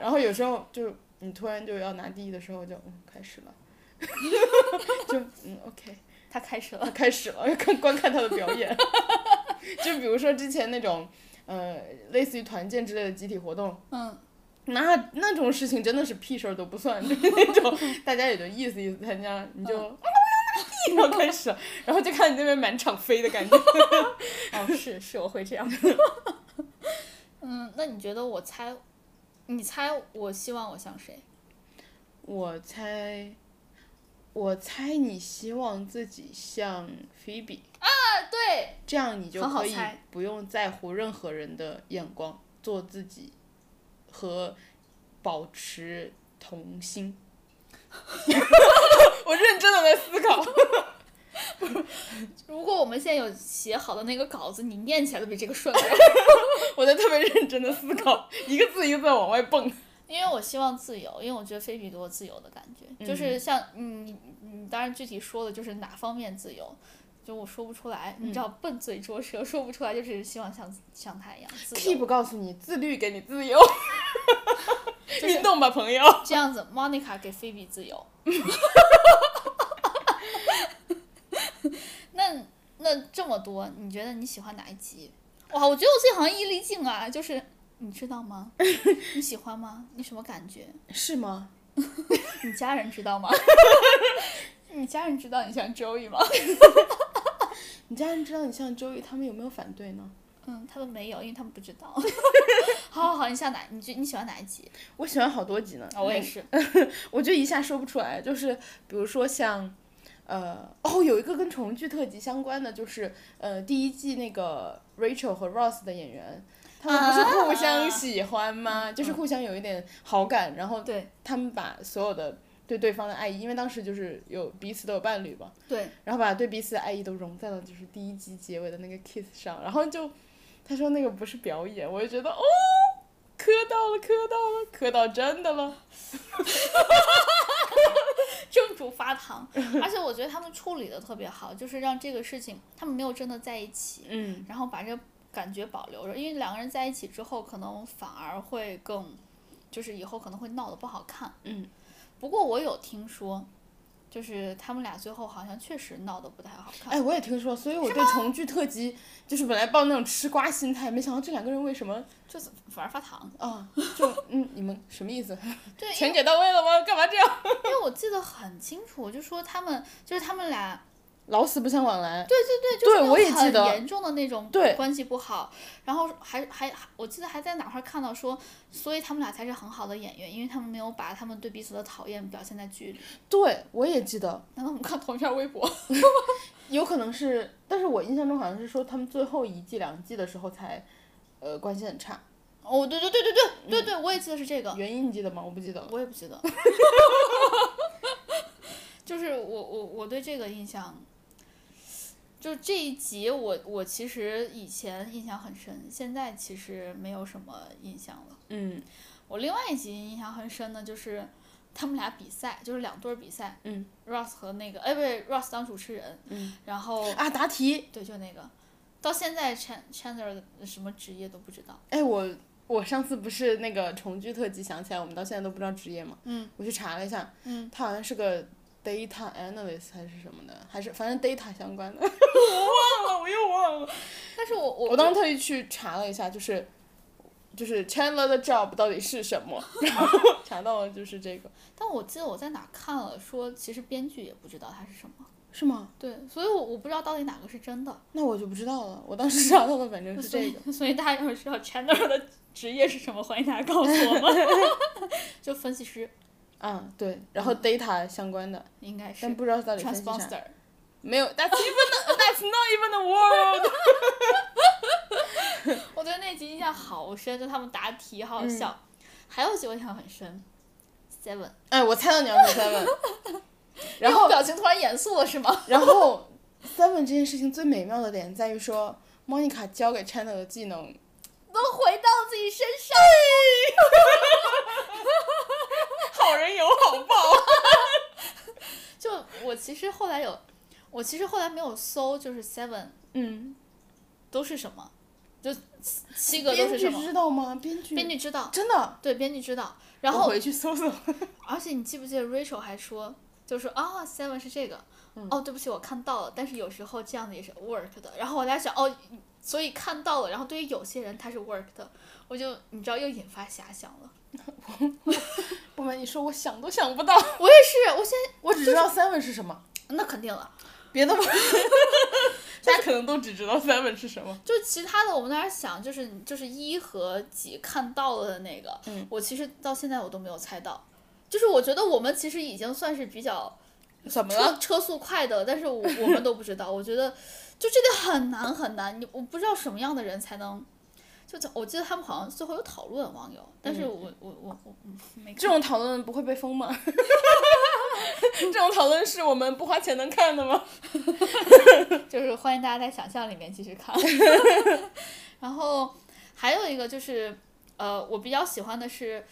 然后有时候就你突然就要拿第一的时候就，嗯开始了， 就嗯 OK，
他开始了，
他 开始了，要看观看他的表演。 就比如说之前那种呃，类似于团建之类的集体活动，
嗯，
那那种事情真的是屁事儿都不算， 就是那种大家也就意思意思参加，你就、啊我要拿第一，然后开始了， 然后就看你那边满场飞的感觉。
哦，是是，我会这样。 嗯，那你觉得我猜，你猜我希望我像谁？
我猜，我猜你希望自己像菲比，
啊，对，
这样你就
很好
可以
猜
不用在乎任何人的眼光，做自己和保持童心。 我认真的在思考，
如果我们现在有写好的那个稿子，你念起来都比这个顺了。
我在特别认真的思考，一个字一个字地往外蹦。
因为我希望自由，因为我觉得菲比给我自由的感觉，就是像你你当然具体说的就是哪方面自由，就我说不出来，你知道笨嘴拙舌说不出来，就是希望像像他一样自由。
Keep 告诉你，自律给你 自由，
就是
运动吧，朋友。
这样子，Monica 给菲比自由。 那那这么多，你觉得你喜欢哪一集？哇，我觉得我自己好像易立竞啊，就是你知道吗？你喜欢吗？你什么感觉？
是吗？
你家人知道吗？ 你家人知道你像 Joey 吗？
你家人知道你像周瑜，他们有没有反对呢？
嗯，他们没有，因为他们不知道。 好好好，你像哪？你觉你喜欢哪一集？
我喜欢好多集呢。
啊，我也是。
我就一下说不出来，就是比如说像，呃，哦，有一个跟重聚特辑相关的，就是呃第一季那个 Rachel 和 Ross 的演员，他们不是互相喜欢吗？就是互相有一点好感，然后
哦对
他们把所有的对对方的爱意，因为当时就是有彼此都有伴侣嘛，
对，
然后把对彼此的爱意都融在了就是第一集结尾的那个 kiss 上，然后就他说那个不是表演，我就觉得哦，磕到了，磕到了，磕到真的了。
正主发糖，而且我觉得他们处理的特别好，就是让这个事情他们没有真的在一起，
嗯，
然后把这感觉保留着，因为两个人在一起之后，可能反而会更，就是以后可能会闹得不好看。
嗯，
不过我有听说，就是他们俩最后好像确实闹得不太好看。
哎，我也听说，所以我对重聚特辑就是本来抱那种吃瓜心态，没想到这两个人为什么
这怎么反而发糖？
啊？就嗯，你们什么意思？
对，因
全给到位了吗？干嘛这样？
因为我记得很清楚，就说他们就是他们俩，
老死不相往来。
对对对，就
对
是那
我也
种
记得
很严重的那种
对
关系不好，然后还还我记得还在哪块儿看到说，所以他们俩才是很好的演员，因为他们没有把他们对彼此的讨厌表现在剧里。
对，我也记得，
难道我们看同一篇微博？
有可能是，但是我印象中好像是说他们最后一季、两季的时候才，呃，关系很差。
哦，对对对对对对对，我也记得是这个，
原因你记得吗？我不记得了。
我也不记 得。就是我我我对这个印象，就这一集我我其实以前印象很深，现在其实没有什么印象了。
嗯
我另外一集印象很深的就是他们俩比赛，就是两对儿比赛，
嗯
，Ross 和那个哎不对，Ross 当主持人，
嗯，
然后
啊，答题，
对就那个，到现在 Chan Chandler 的什么职业都不知道，
哎我。我上次不是那个重聚特辑，想起来我们到现在都不知道职业嘛，
嗯
我去查了一下，
嗯，
他好像是个 data analyst 还是什么的，还是反正 data 相关的。我忘了，我又忘了。
但是我我
我当时特意去查了一下，就是就是 Chandler 的 job 到底是什么， 然后 查到了就是这个，
但我记得我在哪看了，说其实编剧也不知道它是什么。
是吗？
对，所以我我不知道到底哪个是真的。
那我就不知道了。我当时查到的反 正是
所
这
以
个。
所以大家要知道 Chandler 的职业是什么，欢迎大家告诉 我们。 就分析师
啊、对，然后 data 相关的，
应该嗯是
但不知道到底分析啥。
transponster。
没有，that's even the, that's not even the word。
我对那集印象好深，就他们答题好好笑。
嗯
还有一集我印象很深，Seven，
哎，我猜到你要说 seven，然 后
因为我表情突然严肃了是吗？
然后 seven 这件事情最美妙的点在于说，Monica 教给 China 的技能，
都回到自己身上。
好人有好报。
就我其实后来有，我其实后来没有搜，就是 Seven
嗯，
都是什么，就七七个都
编
是什
剧
么。
知道吗？编剧
编剧知道，
真的，
对编剧知道。然后
我回去搜搜。
而且你记不记得 Rachel 还说，就是哦，Seven 是这个，哦，对不起，我看到了，但是有时候这样的也是 work 的。然后我在想，哦，所以看到了，然后对于有些人他是 work 的，我就你知道又引发遐想了。
不瞒你说，我想都想不到，
我也是，我现
我只知道 seven 是什么，
在那肯定了，
别的不。大家可能都只知道 seven 是什么。
就其他的我们在那儿想，就是就是一和几看到了的那个，
嗯
我其实到现在我都没有猜到，就是我觉得我们其实已经算是比较。
怎么
车
了？
车速快的，但是我我们都不知道。我觉得就这个很难很难，你我不知道什么样的人才能。就我记得他们好像最后有讨论网友，但是我、我我我嗯没
这种
看。
讨论不会被封吗？这种讨论是我们不花钱能看的吗？
就是欢迎大家在想象里面继续看。 然后还有一个就是，呃，我比较喜欢的是，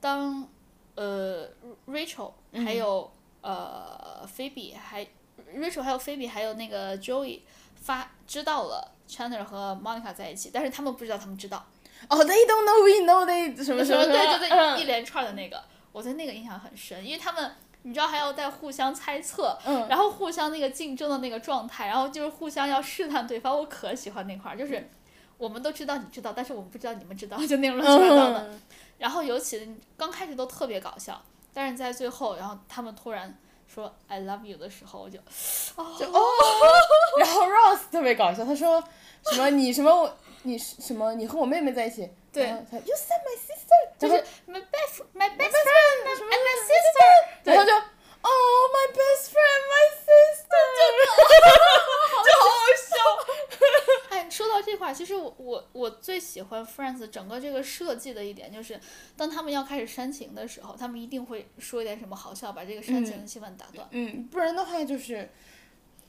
当呃 Rachel 还有、呃 Phoebe 还 Rachel 还有 Phoebe 还有那个 Joey 发知道了 Chandler 和 Monica 在一起，但是他们不知道他们知道，
哦、t h e y don't know we know they 什么什
什
么
么
什么，
对对
嗯
对，一连串的那个，我对那个印象很深，因为他们你知道还要在互相猜测，
嗯
然后互相那个竞争的那个状态，然后就是互相要试探对方，我可喜欢那块儿，就是我们都知道你知道，但是我们不知道你们知道， 就那种乱七八糟的。
嗯，
然后尤其刚开始都特别搞笑，但是在最后，然后他们突然说 I love you 的时候，我就
就哦，然后 Ross 特别搞笑，他说什么你什么我你是什么你和我妹妹在一起，
对
然后他 You said my sister，
就
然
是
后
my best my best friend and my sister，对
然后就 Oh my best friend my sister，就好好笑，
哎，说到这块儿，其实我我我最喜欢 Friends 整个这个设计的一点就是，当他们要开始煽情的时候，他们一定会说一点什么好笑，把这个煽情的气氛打断，
嗯，不然的话就是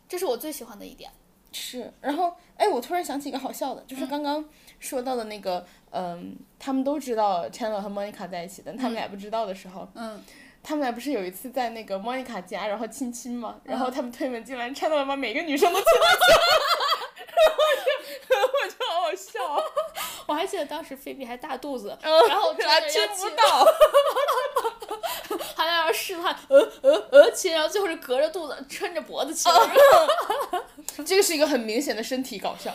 这是我最喜欢的一点。
是，然后哎，我突然想起一个好笑的，就是刚刚说到的那个，嗯，他们都知道 Chandler 和 Monica 在一起，但他们俩不知道的时候，
嗯，
他们俩不是有一次在那个 Monica 家，然后亲亲嘛，然后他们推门进来，Chandler 把每个女生都亲了一下，然后我就我就好好笑，
我还记得当时菲比还大肚子，
嗯
然 后
还亲不到，
还在那儿试探，呃呃呃亲，然后最后是隔着肚子抻着脖子亲。
哦 这个是一个很明显的身体搞笑，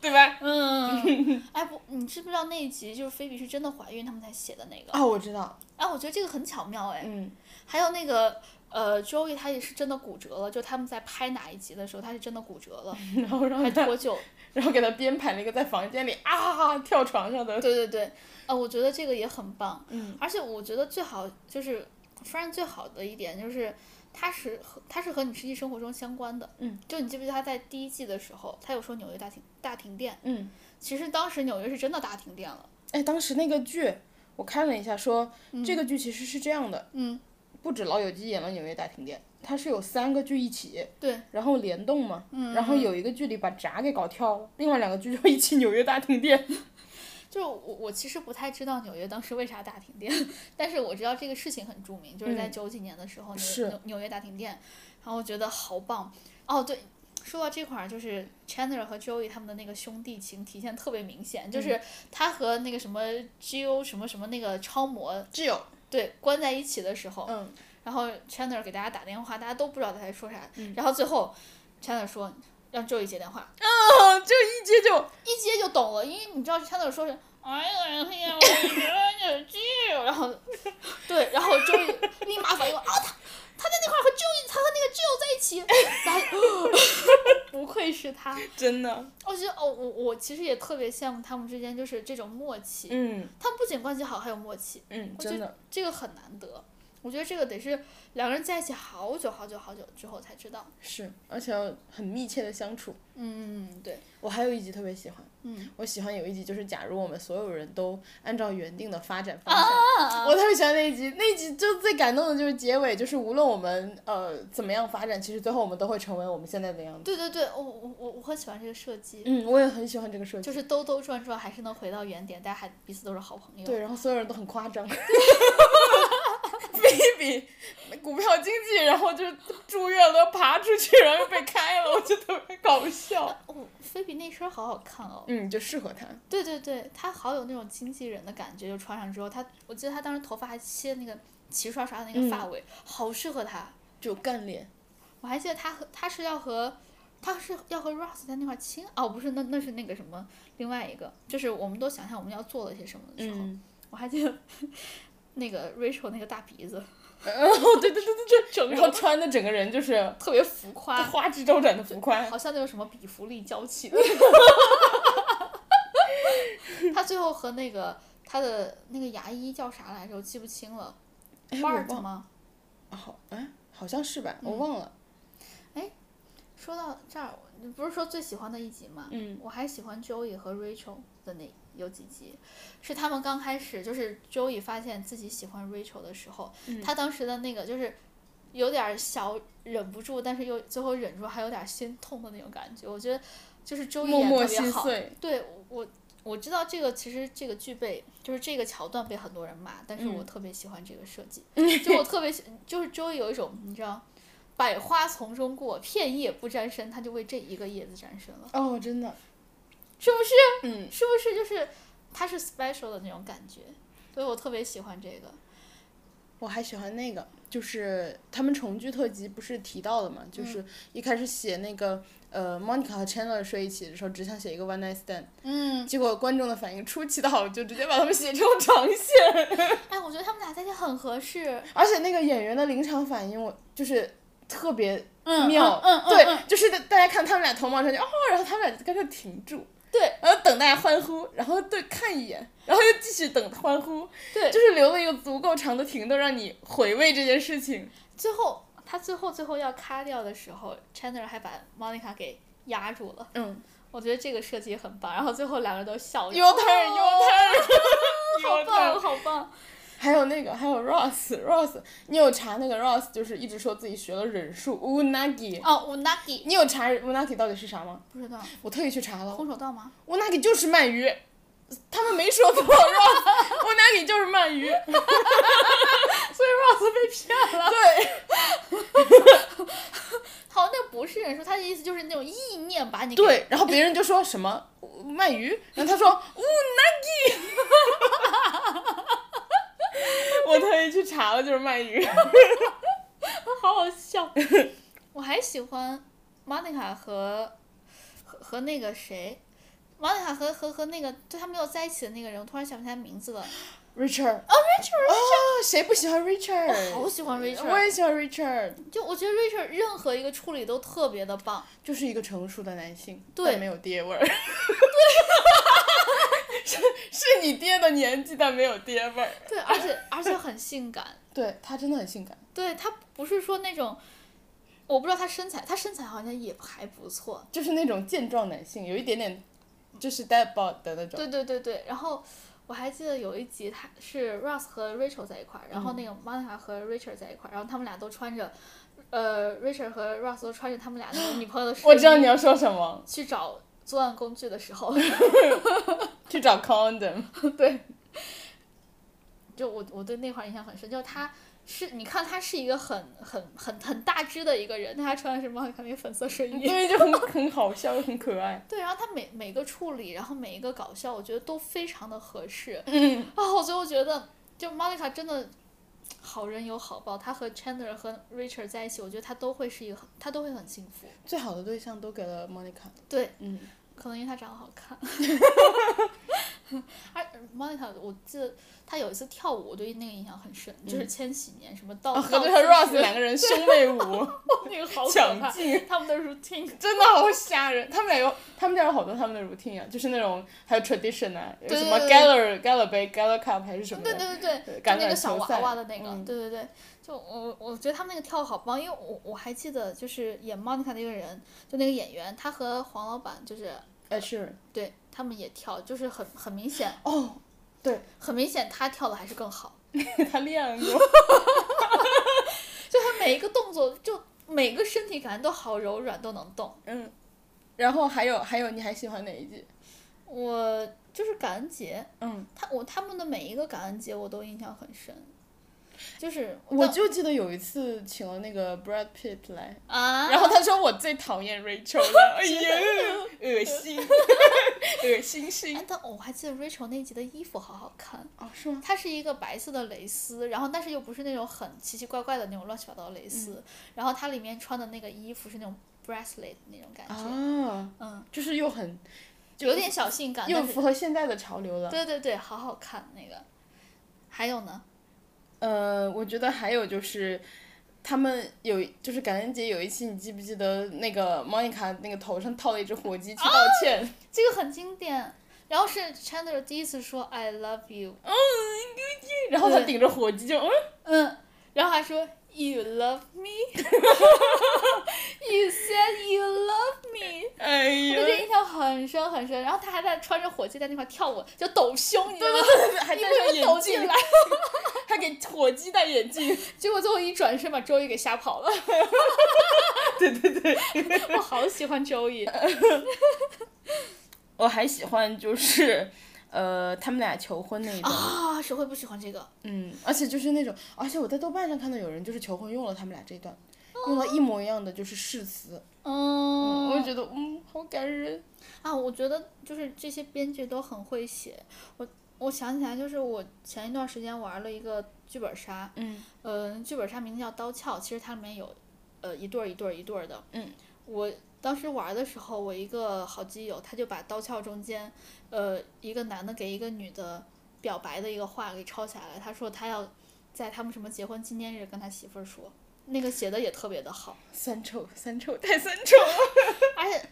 对吧？
嗯，哎不，你知不知道那一集就是菲比是真的怀孕，他们才写的那个？
啊，我知道，
哎，我觉得这个很巧妙哎。
嗯，
还有那个呃，Joey 他也是真的骨折了，就他们在拍哪一集的时候，他是真的骨折了，
然后让
还
他，
脱臼。
然后给他编排了一个在房间里啊跳床上的，
对对对，呃，我觉得这个也很棒。
嗯，
而且我觉得最好就是 Friend 最好的一点就是。它是和它是和你实际生活中相关的，
嗯，
就你记不记得他在第一季的时候，他有说纽约大停大停电，
嗯。
其实当时纽约是真的大停电了，
哎，当时那个剧我看了一下说，这个剧其实是这样的，
嗯，
不止《老友记》演了纽约大停电，它是有三个剧一起，
对，
然后联动嘛，嗯，然后有一个剧里把闸给搞跳了，另外两个剧就一起纽约大停电。
就是我我其实不太知道纽约当时为啥大停电， 但是我知道这个事情很著名，就是在九几年的时候，
嗯是
纽纽纽约大停电，然后我觉得好棒。哦，对，说到这块儿，就是 Chandler 和 Joey 他们的那个兄弟情体现特别明显，
嗯
就是他和那个什么 Gio 什么什么那个超模
挚友，
对关在一起的时候，
嗯，
然后 Chandler 给大家打电话，大家都不知道他在说啥，
嗯
然后最后 Chandler 说让 Joey 接电话，
哦， 就一接就
一接就懂了，因为你知道 Chandler 说是，哎呀哎呀，我觉得你这，然后，对，然后周瑜立马反应过来，啊，他他在那块儿和周瑜，他和那个 Joe 在一起，然后不愧是他，
真的，
我觉得哦，我我其实也特别羡慕他们之间就是这种默契，
嗯
他们不仅关系好，还有默契，
嗯，
我觉
真的，
这个很难得。我觉得这个得是两个人在一起好久好久好久之后才知道。
是，而且要很密切的相处。
嗯，对，
我还有一集特别喜欢，
嗯，
我喜欢有一集就是，假如我们所有人都按照原定的发展方向，我特别喜欢那一集。那一集就最感动的就是结尾，就是无论我们呃怎么样发展，其实最后我们都会成为我们现在的样子。
对对对，我我我我很喜欢这个设计，
嗯，我也很喜欢这个设计。
就是兜兜转转还是能回到原点，大家还彼此都是好朋友。
对，然后所有人都很夸张， 比一比股票经济，然后就住院了，爬出去，然后又被开了，我就特别搞笑。
哦，菲比那身儿好好看哦。
嗯，就适合他。
对对对，她好有那种经纪人的感觉，就穿上之后，她我记得她当时头发还切那个齐刷刷的那个
嗯
发尾，好适合她。
就干练，
我还记得她和她是要和。她是要和 Ross 在那块儿亲哦，不是，那那是那个什么，另外一个，就是我们都想象我们要做了些什么的时候，
嗯，
我还记得 那个 Rachel 那个大鼻子，
哦，对对对对
整
对，
个
然后穿的整个人就是
特别浮夸，
花枝招展的浮夸，
好像那种什么比弗利娇气的。 他最后和那个他的那个牙医叫啥来着？我记不清了
哎，我
，Bart
忘
吗？
好，哎，好像是吧，我忘了，
说到这儿，你不是说最喜欢的一集吗？
嗯，
我还喜欢 Joey 和 Rachel 的那有几集，是他们刚开始就是 Joey 发现自己喜欢 Rachel 的时候，
嗯
他当时的那个就是有点小忍不住，但是又最后忍住，还有点心痛的那种感觉。我觉得就是 Joey
默
演得
默
特别
心
好，
碎，
对我我知道这个其实这个剧被就是这个桥段被很多人骂，但是我
嗯
特别喜欢这个设 计，就我特别喜就是周易有一种你知道，百花丛中过，片叶不沾身，他就为这一个叶子沾身了，
哦，真的，
是不是？
嗯，
是不是就是它是 special 的那种感觉？所以我特别喜欢这个，
我还喜欢那个，就是他们重聚特辑不是提到了嘛，
嗯
就是一开始写那个呃，Monica 和 Chandler 睡一起的时候，只想写一个 one night stand，
嗯，
结果观众的反应出奇的好，就直接把他们写成长线，
哎，我觉得他们俩在一起很合适，
而且那个演员的临场反应，我就是特别
嗯
妙，
嗯嗯，嗯
对，就是大家看他们俩头毛上去，哦，然后他们俩就跟着停住，
对，
然后等大家欢呼，然后对看一眼，然后又继续等欢呼，
对
就是留了一个足够长的停顿，让你回味这件事情。
最后他最后最后要咔掉的时候，Chandler 还把 Monica 给压住了。
嗯
我觉得这个设计也很棒，然后最后两个人都笑
，Your turn, your turn,
好
your
棒，
turn。
好棒！
还有那个，还有 Ross，Ross，你有查那个 Ross 就是一直说自己学了忍术 Unagi，
哦，u n a g i
你有查 Unagi 到底是啥吗？
不知道
我特意去查了
空手道 吗？
，Unagi 就是鳗鱼，他们没说错 Ross，Unagi 就是鳗鱼。
所以 Rose 被骗了。
对，
好像那不是人说，他的意思就是那种意念把你给
对，然后别人就说什么鳗鱼，然后他说 unagi，我特意去查了，就是鳗鱼。
好好笑。 我还喜欢 Monica 和和和那个谁，Monica 和和和那个就他没有在一起的那个人，我突然想不起来名字了。
Richard，
哦，Richard，
哦，谁不喜欢
我
Richard？
好喜欢
我
Richard，
也喜欢 Richard，
就我觉得 Richard 任何一个处理都特别的棒。
就是一个成熟的男性，
对
但没有爹味儿。 对，是是你爹的年纪，但没有爹味儿。
对，而且而且很性感。
对他真的很性感，啊
对他不是说那种，我不知道他身材，他身材好像也还不错。
就是那种健壮男性，有一点点就是 dad bod 的那种。
对对对对，然后我还记得有一集他是 Ross 和 Rachel 在一块儿，然
嗯
后那个 Monica 和 Richard 在一块儿，然后他们俩都穿着，呃，Richard 和 Ross 都穿着他们俩那个女朋友的睡
我知道
衣
你要说什么，
去找作案工具的 时候，
去找 condom。对，
就我我对那块儿印象很深，就是他。是，你看他是一个很很很很大只的一个人，但他穿的是 Monica 那个粉色睡衣，
因为就很 很好笑，又很可爱。
对，然后他每每个处理，然后每一个搞笑，我觉得都非常的合适
嗯，
啊！我最后觉得，就 Monica 真的好人有好报，她和 Chandler 和 Richard 在一起，我觉得她都会是一个很，她都会很幸福。
最好的对象都给了嗯 Monica。
对，
嗯，
可能因为她长得好看。 而 Monica，我记得她有一次跳舞，我对那个印象很深，就是千禧年什么到
嗯哦和
到
那个 Ross
四
两个人兄妹 舞，
十 那个好可
抢
怕，
镜，
他们的 routine
真的好吓人。他们俩有，他们家有好多他们的 routine 啊，就是那种还有 tradition 啊，有
对
什么
对
gala gala 杯 gala cup 还是什么
对
的，
对对对，就
橄
那
榄
个小
球
娃
赛
娃的那个，
嗯
对对对，就我我觉得他们那个跳的好棒，因为我我还记得就是演 Monica 那个人，就那个演员，他和黄老板就是
哎是
对他们也跳，就是很很明显，
哦，
很明显他跳的还是更好，
他练过，
就他每一个动作就每个身体感都好柔软，都能动。
嗯。然后还有还有，你还喜欢哪一季？
我就是感恩节，
嗯，
他我他们的每一个感恩节我都印象很深，就是
我
当
就记得有一次请了那个 Brad Pitt 来，
啊，
然后他说我最讨厌 Rachel 了，哎呀，恶心，恶心心
哎，。但我还记得 Rachel 那集的衣服好好看。
哦，是吗？
它是一个白色的蕾丝，然后但是又不是那种很奇奇怪怪的那种乱七八糟的蕾
嗯
丝，然后它里面穿的那个衣服是那种 bracelet 那种感觉，
啊，
嗯，
就是又很，
有点小性感，
又
但是
符合现在的潮流了。
对对对，好好看那个。还有呢，
呃，我觉得还有就是，他们有就是感恩节有一期，你记不记得那个 Monica 那个头上套了一只火鸡去道歉？
这个很经典。然后是 Chandler 第一次说 I love you，
啊嗯然后他
对
顶着火鸡就嗯，
嗯，然后还说 You love me，You said you love me。
哎
我
呀
对，这印象很深很深。然后他还在穿着火箭在那块跳舞，就抖胸，你知道吗？
还戴
一步
上
一步抖
眼
进
镜
来，，
还给火鸡戴眼镜，
结果最后一转身把周易给吓跑了。 对对 对，我好喜欢周易。
我还喜欢就是，呃，他们俩求婚那一段，
啊，谁会不喜欢这个？
嗯，而且就是那种，而且我在豆瓣上看到有人就是求婚用了他们俩这一段，用了一模一样的就是誓词，
嗯，
我就觉得嗯，好感人，
啊，我觉得就是这些编剧都很会写。我我想起来，就是我前一段时间玩了一个剧本杀，
嗯，
呃，剧本杀名字叫刀鞘，其实它里面有，呃，一对儿一对儿一对儿的。
嗯。
我当时玩的时候，我一个好基友，他就把刀鞘中间，呃，一个男的给一个女的表白的一个话给抄下来，他说他要在他们什么结婚纪念日跟他媳妇儿说，那个写的也特别的好。
酸臭酸臭太酸臭了，
而且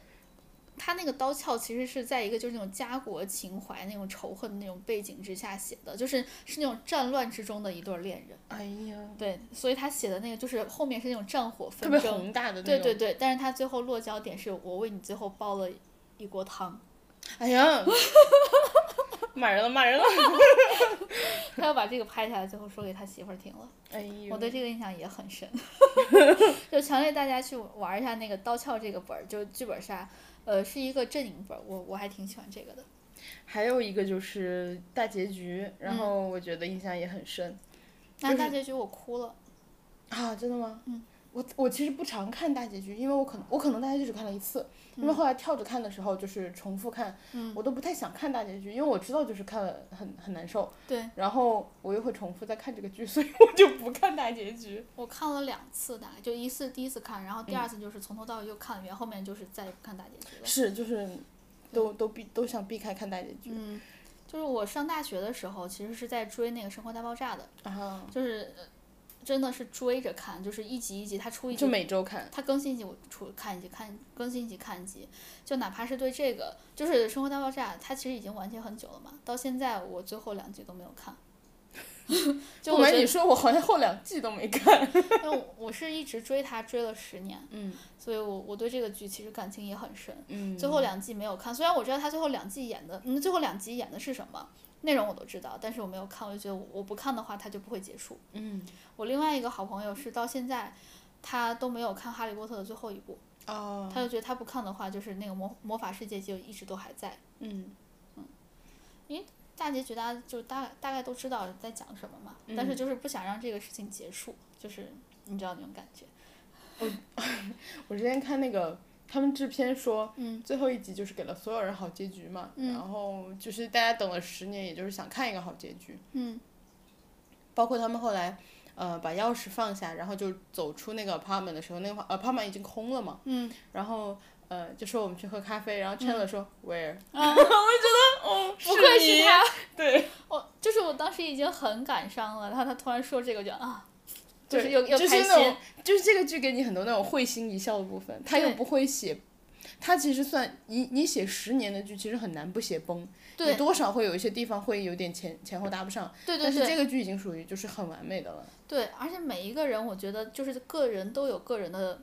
他那个刀鞘其实是在一个就是那种家国情怀、那种仇恨的那种背景之下写的，就是是那种战乱之中的一对儿恋人。
哎呀，
对，所以他写的那个就是后面是那种战火
特
纷
别
争。
宏大的那种，
对对对，但是他最后落脚点是我为你最后煲了一 锅汤，
哎呀， 骂人了骂人了，
他要把这个拍下来，最后说给他媳妇儿听了。
哎呀，
我对这个印象也 很深，就强烈大家去玩一下那个刀鞘这个本儿，就是剧本杀，呃，是一个阵营本儿，我我还挺喜欢这个的。
还有一个就是大结局，然后我觉得印象也很深、
那
就是
大结局我哭了。
啊，真的吗？
嗯。
我我其实不常看大结局，因为我可能我可能大结局只看了一次，因为后来跳着看的时候就是重复看，
嗯
我都不太想看大结局，因为我知道就是看了很很难受，
对
然后我又会重复再看这个剧，所以我就不看大结局。
我看了两次，大概就一次第一次看，然后第二次就是从头到尾又看了一遍，后面就是再也不看大结局了。
嗯是，就是都都避都想避开看大结局、
嗯，就是我上大学的时候，其实是在追那个《生活大爆炸》的，
啊，
就是呃真的是追着看，就是一集一集，它出一集
就每周看。
它更新一集，我出看一集，看更新一集，看一集，就哪怕是对这个，就是《生活大爆炸》，它其实已经完结很久了嘛，到现在我最后两集都没有看。 就
不
我觉
瞒
得
你，说，我好像后两季都没看。
因为我是一直追它追了十年，
嗯
所以我我对这个剧其实感情也很深。
嗯
最后两季没有看，虽然我知道他最后两季演的，嗯，最后两集演的是什么内容我都知道，但是我没有看，我就觉得我我不看的话，它就不会结束。
嗯
我另外一个好朋友是到现在，他都没有看《哈利波特》的最后一部，
哦
他就觉得他不看的话，就是那个魔魔法世界就一直都还在。
嗯
大结局大家就大大概都知道在讲什么嘛，但
嗯
是就是不想让这个事情结束，就是你知道那种感觉。
我之前看那个他们制片说，
嗯，
最后一集就是给了所有人好结局嘛，
嗯
然后就是大家等了十年，也就是想看一个好结局，
嗯
包括他们后来。呃把钥匙放下，然后就走出那个 apartment 的时候，那个呃 apartment 已经空了嘛，嗯，然后呃就说我们去喝咖啡，然后 Chandler 说、where，
啊，我就觉得，嗯哦，不愧
是你
是他，
对，
我就是我当时已经很感伤了，然后他突然说这个，我就啊，就
对
是又又
就是
开
那种
心，
就是这个剧给你很多那种会心一笑的部分，他又
对
不会写。他其实算你你写十年的剧，其实很难不写崩，你
对
多少会有一些地方会有点前前后搭不上，
对对
但是
对
这个剧已经属于就是很完美的了。
对，而且每一个人，我觉得就是个人都有个人的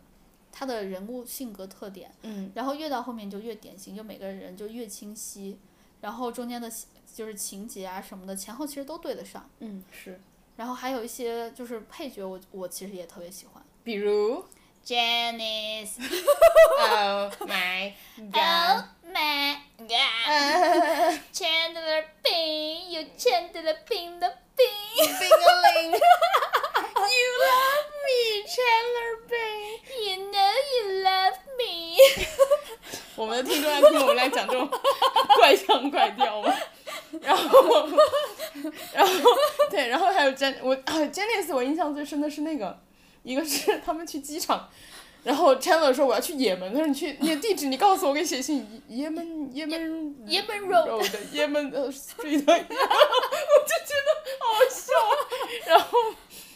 他的人物性格特点，
嗯，
然后越到后面就越典型，就每个人就越清晰，然后中间的就是情节啊什么的，前后其实都对得上，
嗯，是。
然后还有一些就是配角我，我其实也特别喜欢
比 如
Janice。
，Oh my god，
Oh my god! Chandler Bing, you Chandler Bing the Bing.
Bing-a-ling
You love me, Chandler Bing. You know you love me.
我们的听众要听我们来讲这种怪腔怪调 吗？然后，然后对，然后还有 Jen，我啊 Janice，我印象最深的是那个，一个是他们去机场，然后 Chandler 说我要去也门，他说你去那个地址你告诉我，我给你写信。也门也门
也门
road 也 门呃 street，然后我就觉得好笑。然后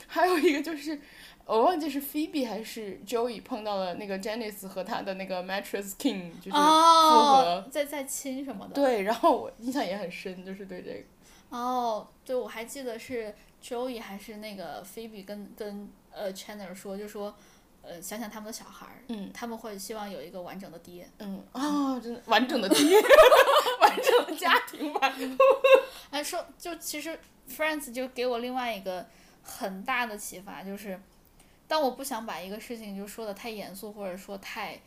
还有一个就是。我忘记是 Phoebe 还是 Joey 碰到了那个 Janice 和他的那个 Mattress King，就是
哦
复合
在在亲什么的。
对，然后我印象也很深，就是对这个，
哦，对，我还记得是 Joey 还是那个 Phoebe 跟跟呃 Chandler 说，就说呃想想他们的小孩儿，
嗯
他们会希望有一个完整的爹。
嗯，哦，真的完整的爹， 完整的家庭 吧，
哎，说就其实 Friends 就给我另外一个很大的启发，就是当我不想把一个事情就说的太严肃，或者说太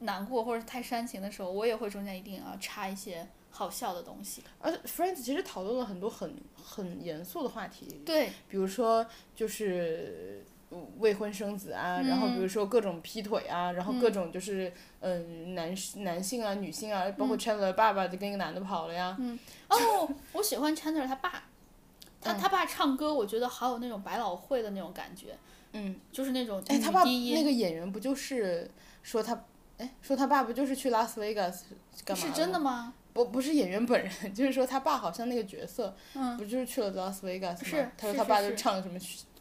难过，或者是太煽情的时候，我也会中间一定要插一些好笑的东西。
而且呃 Friends 其实讨论了很多很很严肃的话题，
对
比如说就是呃未婚生子啊，然后比如
嗯
说各种劈腿啊，然后各种就是嗯、男男性啊、女性啊，包
嗯
括 Chandler 爸爸就跟一个男的跑了呀，
哦，我喜欢 Chandler 他爸，他、
嗯
他爸唱歌，我觉得好有那种百老汇的那种感觉，
嗯，
就是那种
哎，他爸
女低
那
音。
个演员不就是说他哎说他爸不就是去拉斯维加斯干嘛
是
了
真
吗
的吗？
不不是演员本人， 就是说他爸好像那个角色，
嗯
不就是去了拉斯维加斯
是
吗？他说
是
他爸
是
就是唱什么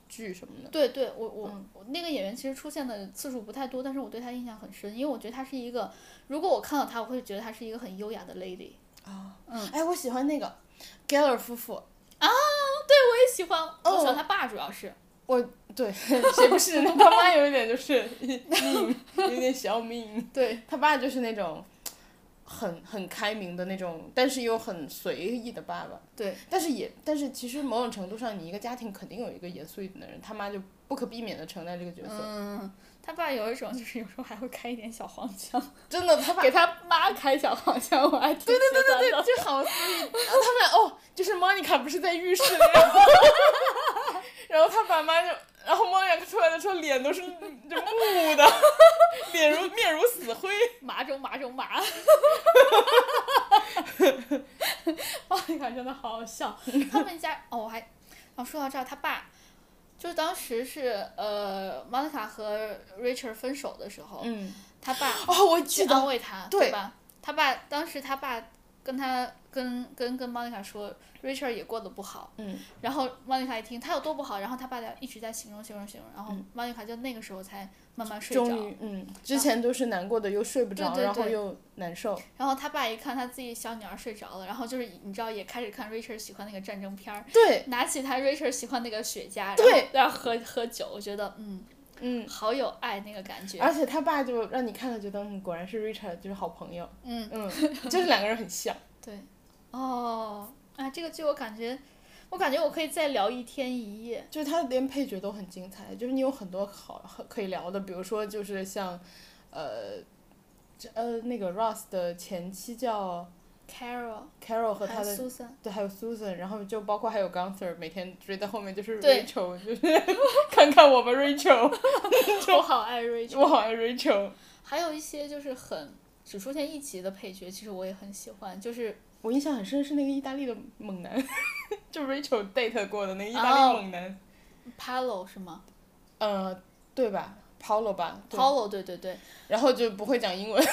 剧什么的。
对对，我我、我那个演员其实出现的次数不太多，但是我对他印象很深，因为我觉得他是一个，如果我看到他，我会觉得他是一个很优雅的 lady。嗯
哎，我喜欢那个 Geller 夫妇，
我也喜欢，我喜欢他爸，主要 是、
对， 谁不 是？他妈有一点就是命，有点小命。
对
他爸就是那种很很开明的那种，但是又很随意的爸爸。
对
但是也，但是其实某种程度上，你一个家庭肯定有一个严肃一点的人，他妈就不可避免的承担这个角色。
嗯，他爸有一种就是有时候还会开一点小黄腔，
真的，他爸
给他妈开小黄腔，我还挺喜欢的。
对，就好所以然后他们哦，就是 Monica 不是在浴室里，然后 然后他爸妈就，然后 Monica 出来的时候脸都是就木的， 脸如面如死灰。
麻中麻 中麻，哇，你看真的好好笑。他们家哦，我还哦，说到这儿，他爸就是当时是呃，玛丽卡和 Richard 分手的时候，
嗯，
他爸
哦，我
去
记得
安慰他，
对
对吧？他爸当时他爸跟他跟跟跟玛丽卡说，Richard 也过得不好，
嗯，
然后玛丽卡一听他有多不好，然后他爸就一直在形容形容形容，然后
嗯
玛丽卡就那个时候才慢慢睡着，
终于，嗯，之前都是难过的，又睡不着，
对对
然后
对
又难受。
然后他爸一看他自己小女儿睡着了，然后就是你知道也开始看 Richard 喜欢那个战争片儿，
对，
拿起他 Richard 喜欢那个雪茄，然后
对，
然后喝喝酒，我觉得嗯，
嗯，
好有爱那个感觉，
而且他爸就让你看了觉得，嗯，果然是 Richard 就是好朋友，
嗯，
嗯，就是两个人很像。
对，哦，啊，这个剧我感觉，我感觉我可以再聊一天一夜，
就是他连配角都很精彩，就是你有很多好很可以聊的，比如说就是像，呃，这呃那个 Ross 的前妻叫
Carol
Carol 和
还
他的
有 Susan，
对，还有 Susan，然后就包括还有 Gunther，每天追在后面就是
对
Rachel，就是 看看我吧 Rachel，
我好爱 Rachel，
我好爱 Rachel。
还有一些就是很只出现一集的配角，其实我也很喜欢，就是
我印象很深是那个意大利的猛男，就 Rachel date 过的那个意大
哦
利猛男
Palo 是吗
呃，对吧？Paulo 吧，对
？Palo 对对对
然后就不会讲英文，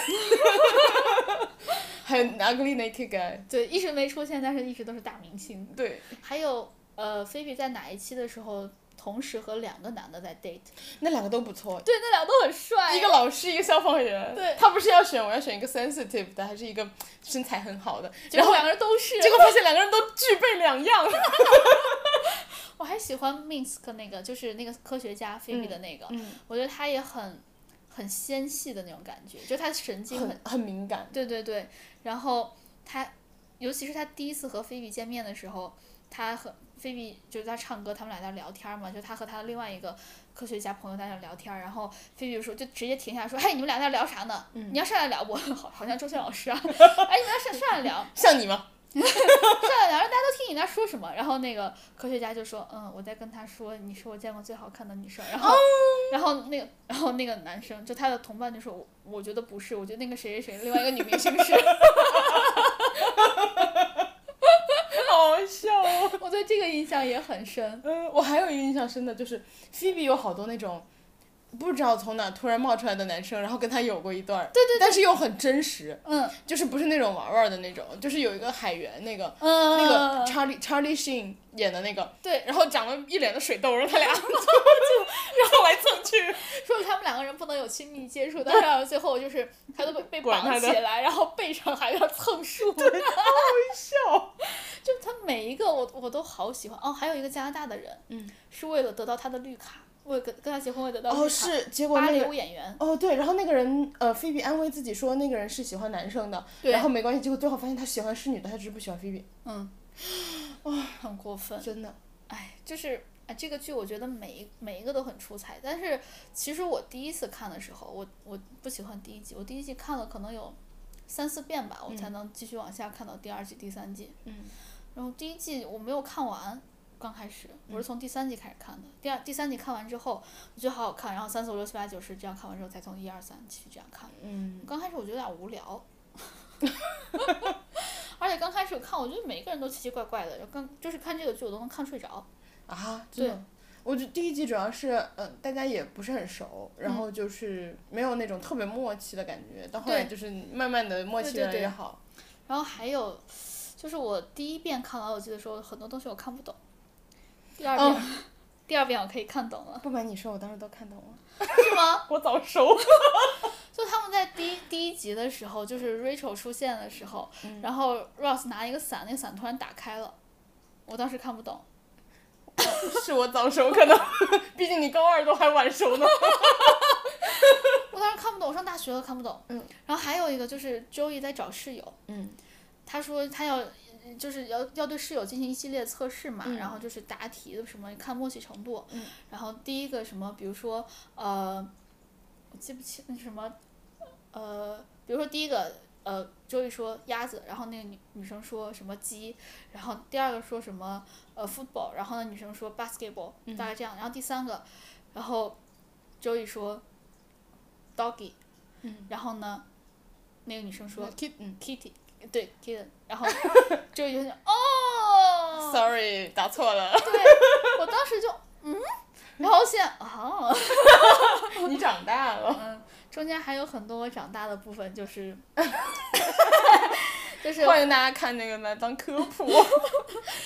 很 ugly naked guy，
对，一直没出现，但是一直都是大明星。
对，
还有呃，菲比在哪一期的时候，同时和两个男的在 date？
那两个都不错，
对，那俩都很帅
一。个老师，一个消防员，
对
他不是要选我要选一个 sensitive 的，还是一个身材很好的，
结
然后
果两个人都是，
结果发现两个人都具备两样，
我还喜欢 Minsk 那个，就是那个科学家菲比的那个，
嗯，
我觉得他也很很纤细的那种感觉，就他神经很
很很敏感，
对对对，然后他，尤其是他第一次和菲比见面的时候，他和菲比就是在唱歌，他们俩在聊天儿嘛，就他和他的另外一个科学家朋友在那聊天儿，然后菲比就说就直接停下来说，哎，你们俩在聊啥呢？你要上来聊，我好好像周迅老师啊，哎，你们要上上来聊，
像你吗？
上来聊，让大家都听你在说什么。然后那个科学家就说，嗯，我在跟他说，你是我见过最好看的女生。然后，然后那个，然后那个男生就他的同伴就说，我我觉得不是，我觉得那个谁谁谁，另外一个女明星是。
好笑哦。
我对这个印象也很深。
嗯，我还有一个印象深的就是，Phoebe 有好多那种不知道从哪突然冒出来的男生，然后跟他有过一段，对对但是又很真实，
嗯
就是不是那种玩玩的那种，就是有一个海员那个。
嗯，
那个 Charlie Charlie Sheen 演的那个，
对，
然后长了一脸的水痘，然后 他俩就就然后来蹭去，
说他们两个人不能有亲密接触，但是最后就是他都 被被
管
绑
他
起
的
来，然后背上还要蹭树，
笑，
就他每一个我我都好喜欢。哦，还有一个加拿大的人，
嗯，
是为了得到他的绿卡，为了跟跟他结婚为了得到绿卡，
哦是，结果
芭
那
蕾
个
舞演员，
哦对，然后那个人呃，菲比安慰自己说那个人是喜欢男生的，
对
然后没关系，结果最后发现他喜欢是女的，他只是不喜欢菲比，
嗯，很过分，
真的，
哎，就是哎，这个剧我觉得每一每一个都很出彩，但是其实我第一次看的时候，我我不喜欢第一集，我第一集看了可能有三四遍吧，我才能继续往下看到第二季、第三季。
嗯
然后第一季我没有看完，刚开始我是
嗯
从第三季开始看的，第二第三季看完之后我觉得好好看，然后三四五六七八九十这样看完之后，才从一二三继续这样看。
嗯，
刚开始我觉得有点无聊， 而且刚开始看，我觉得每个人都奇奇怪怪的，刚就是看这个剧我都能看睡着。
啊，
对
真的。我就第一集主要是，嗯、大家也不是很熟，然后就是没有那种特别默契的感觉，到后来
对
就是慢慢的默
对
契
对
越来
对
越好。
然后还有，就是我第一遍看老友记的时候，很多东西我看不懂，第二遍、
哦
第二遍我可以看懂了，
不瞒你说，我当时都看懂了，
是吗？
我早熟。
就他们在第一第一集的时候，就是 Rachel 出现的时候，
嗯
然后 Ross 拿一个伞，那个伞突然打开了，我当时看不懂。
是我早熟，可能，毕竟你高二都还晚熟呢。
我当时看不懂，我上大学了看不懂。
嗯。
然后还有一个就是 Joey 在找室友，
嗯，
他说他要就是要要对室友进行一系列测试嘛，
嗯
然后就是答题的什么看默契程度。
嗯。
然后第一个什么，比如说呃，我记不清那什么，呃，比如说第一个。呃，Joey 说鸭子，然后那个女女生说什么鸡，然后第二个说什么呃 football，然后那女生说 basketball，大
嗯
概这样，然后第三个，然后 Joey 说 doggy，、
嗯
然后呢，那个女生说
kid，嗯
Kitty，对 Kitten，然 后就有点 哦，
，sorry，答错了，
对我当时就嗯，然后现在哦，
你长大 了。
嗯，中间还有很多我长大的部分，就是 就是
欢迎大家看那个来当科 普，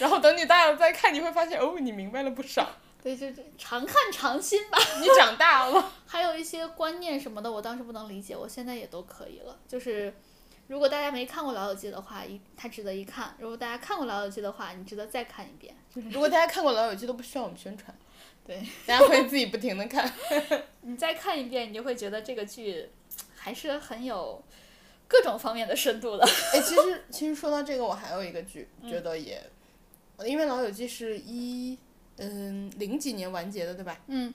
然后等你大了再看，你会发现哦，你明白了不少，
对，就是常看常新吧。
你长大 了。
还有一些观念什么的，我当时不能理解，我现在也都可以了。就是如果大家没看过《老友记》的话，一它值得一看；如果大家看过《老友记》的话，你值得再看一遍。
如果大家看过《老友记》，都不需要我们宣传，
对
大家会自己不停的看。
你再看一遍，你就会觉得这个剧还是很有各种方面的深度的。
哎，其实其实说到这个，我还有一个剧，觉得也，因为《老友记》是一嗯零几年完结的，对吧？
嗯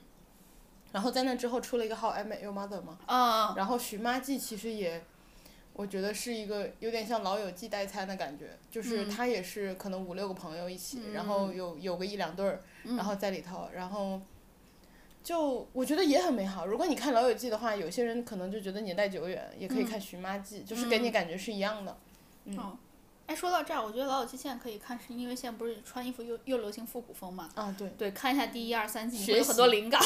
然后在那之后出了一个《How I Met Your Mother》嘛，
啊，
然后《寻妈记》其实也，我觉得是一个有点像《老友记》代餐的感觉，就是他也是可能五六个朋友一起，然后有有个一两对儿，然后在里头，然后就我觉得也很美好。如果你看《老友记》的话，有些人可能就觉得年代久远，也可以看《寻妈记》，就是给你感觉是一样的。
嗯，哎、哎，说到这儿，我觉得老友记现在可以看，是因为现在不是穿衣服又又流行复古风嘛？
啊，对，
对，看一下第一二三季，你会
学
有很多
习
灵感。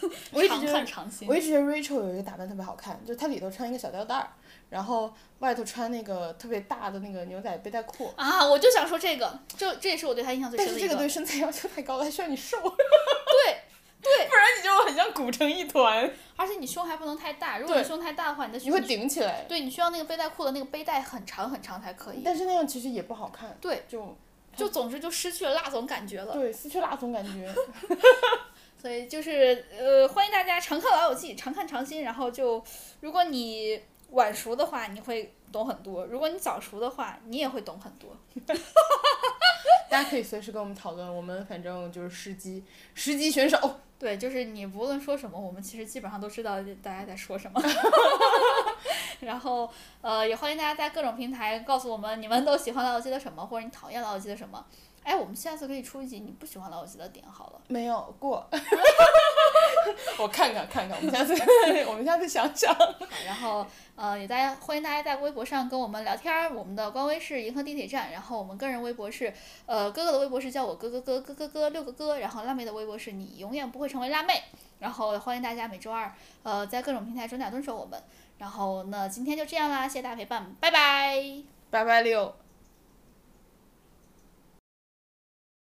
我一直
常
觉得
看常新
我。一直觉得 Rachel 有一个打扮特别好看，就是她里头穿一个小吊带儿，然后外头穿那个特别大的那个牛仔背带裤。
啊，我就想说这个，这这也是我对他印象最
但
深
是
的
这
一
个对身材要求太高了，还需要你瘦，不
对 对，
然你就很像鼓成一团，
而且你胸还不能太大，如果你
对
胸太大的话，你的
你会顶起来。
对你需要那个背带裤的那个背带很长很长才可以。
但是那样其实也不好看，
对，
就
就总之就失去了辣总感觉了。
对失去辣总感觉。
所以就是呃，欢迎大家常看老友记，常看常新。然后就，如果你晚熟的话，你会懂很多；如果你早熟的话，你也会懂很多。
大家可以随时跟我们讨论，我们反正就是十级十级选手。哦
对，就是你无论说什么，我们其实基本上都知道大家在说什么。然后，呃，也欢迎大家在各种平台告诉我们你们都喜欢老友记的什么，或者你讨厌老友记的什么。哎，我们下次可以出一集你不喜欢老友记的点好了。
没有过， 我看看看看，我们下次 我们下次想想。
然后，呃，也大家欢迎大家在微博上跟我们聊天儿。我们的官微是银河地铁站，然后我们个人微博是，呃，哥哥的微博是叫我哥哥哥哥哥哥六个哥，然后辣妹的微博是你永远不会成为辣妹。然后欢迎大家每周二，呃，在各种平台准点蹲守我们。然后那今天就这样啦，谢谢大家陪伴，拜拜。
拜拜六。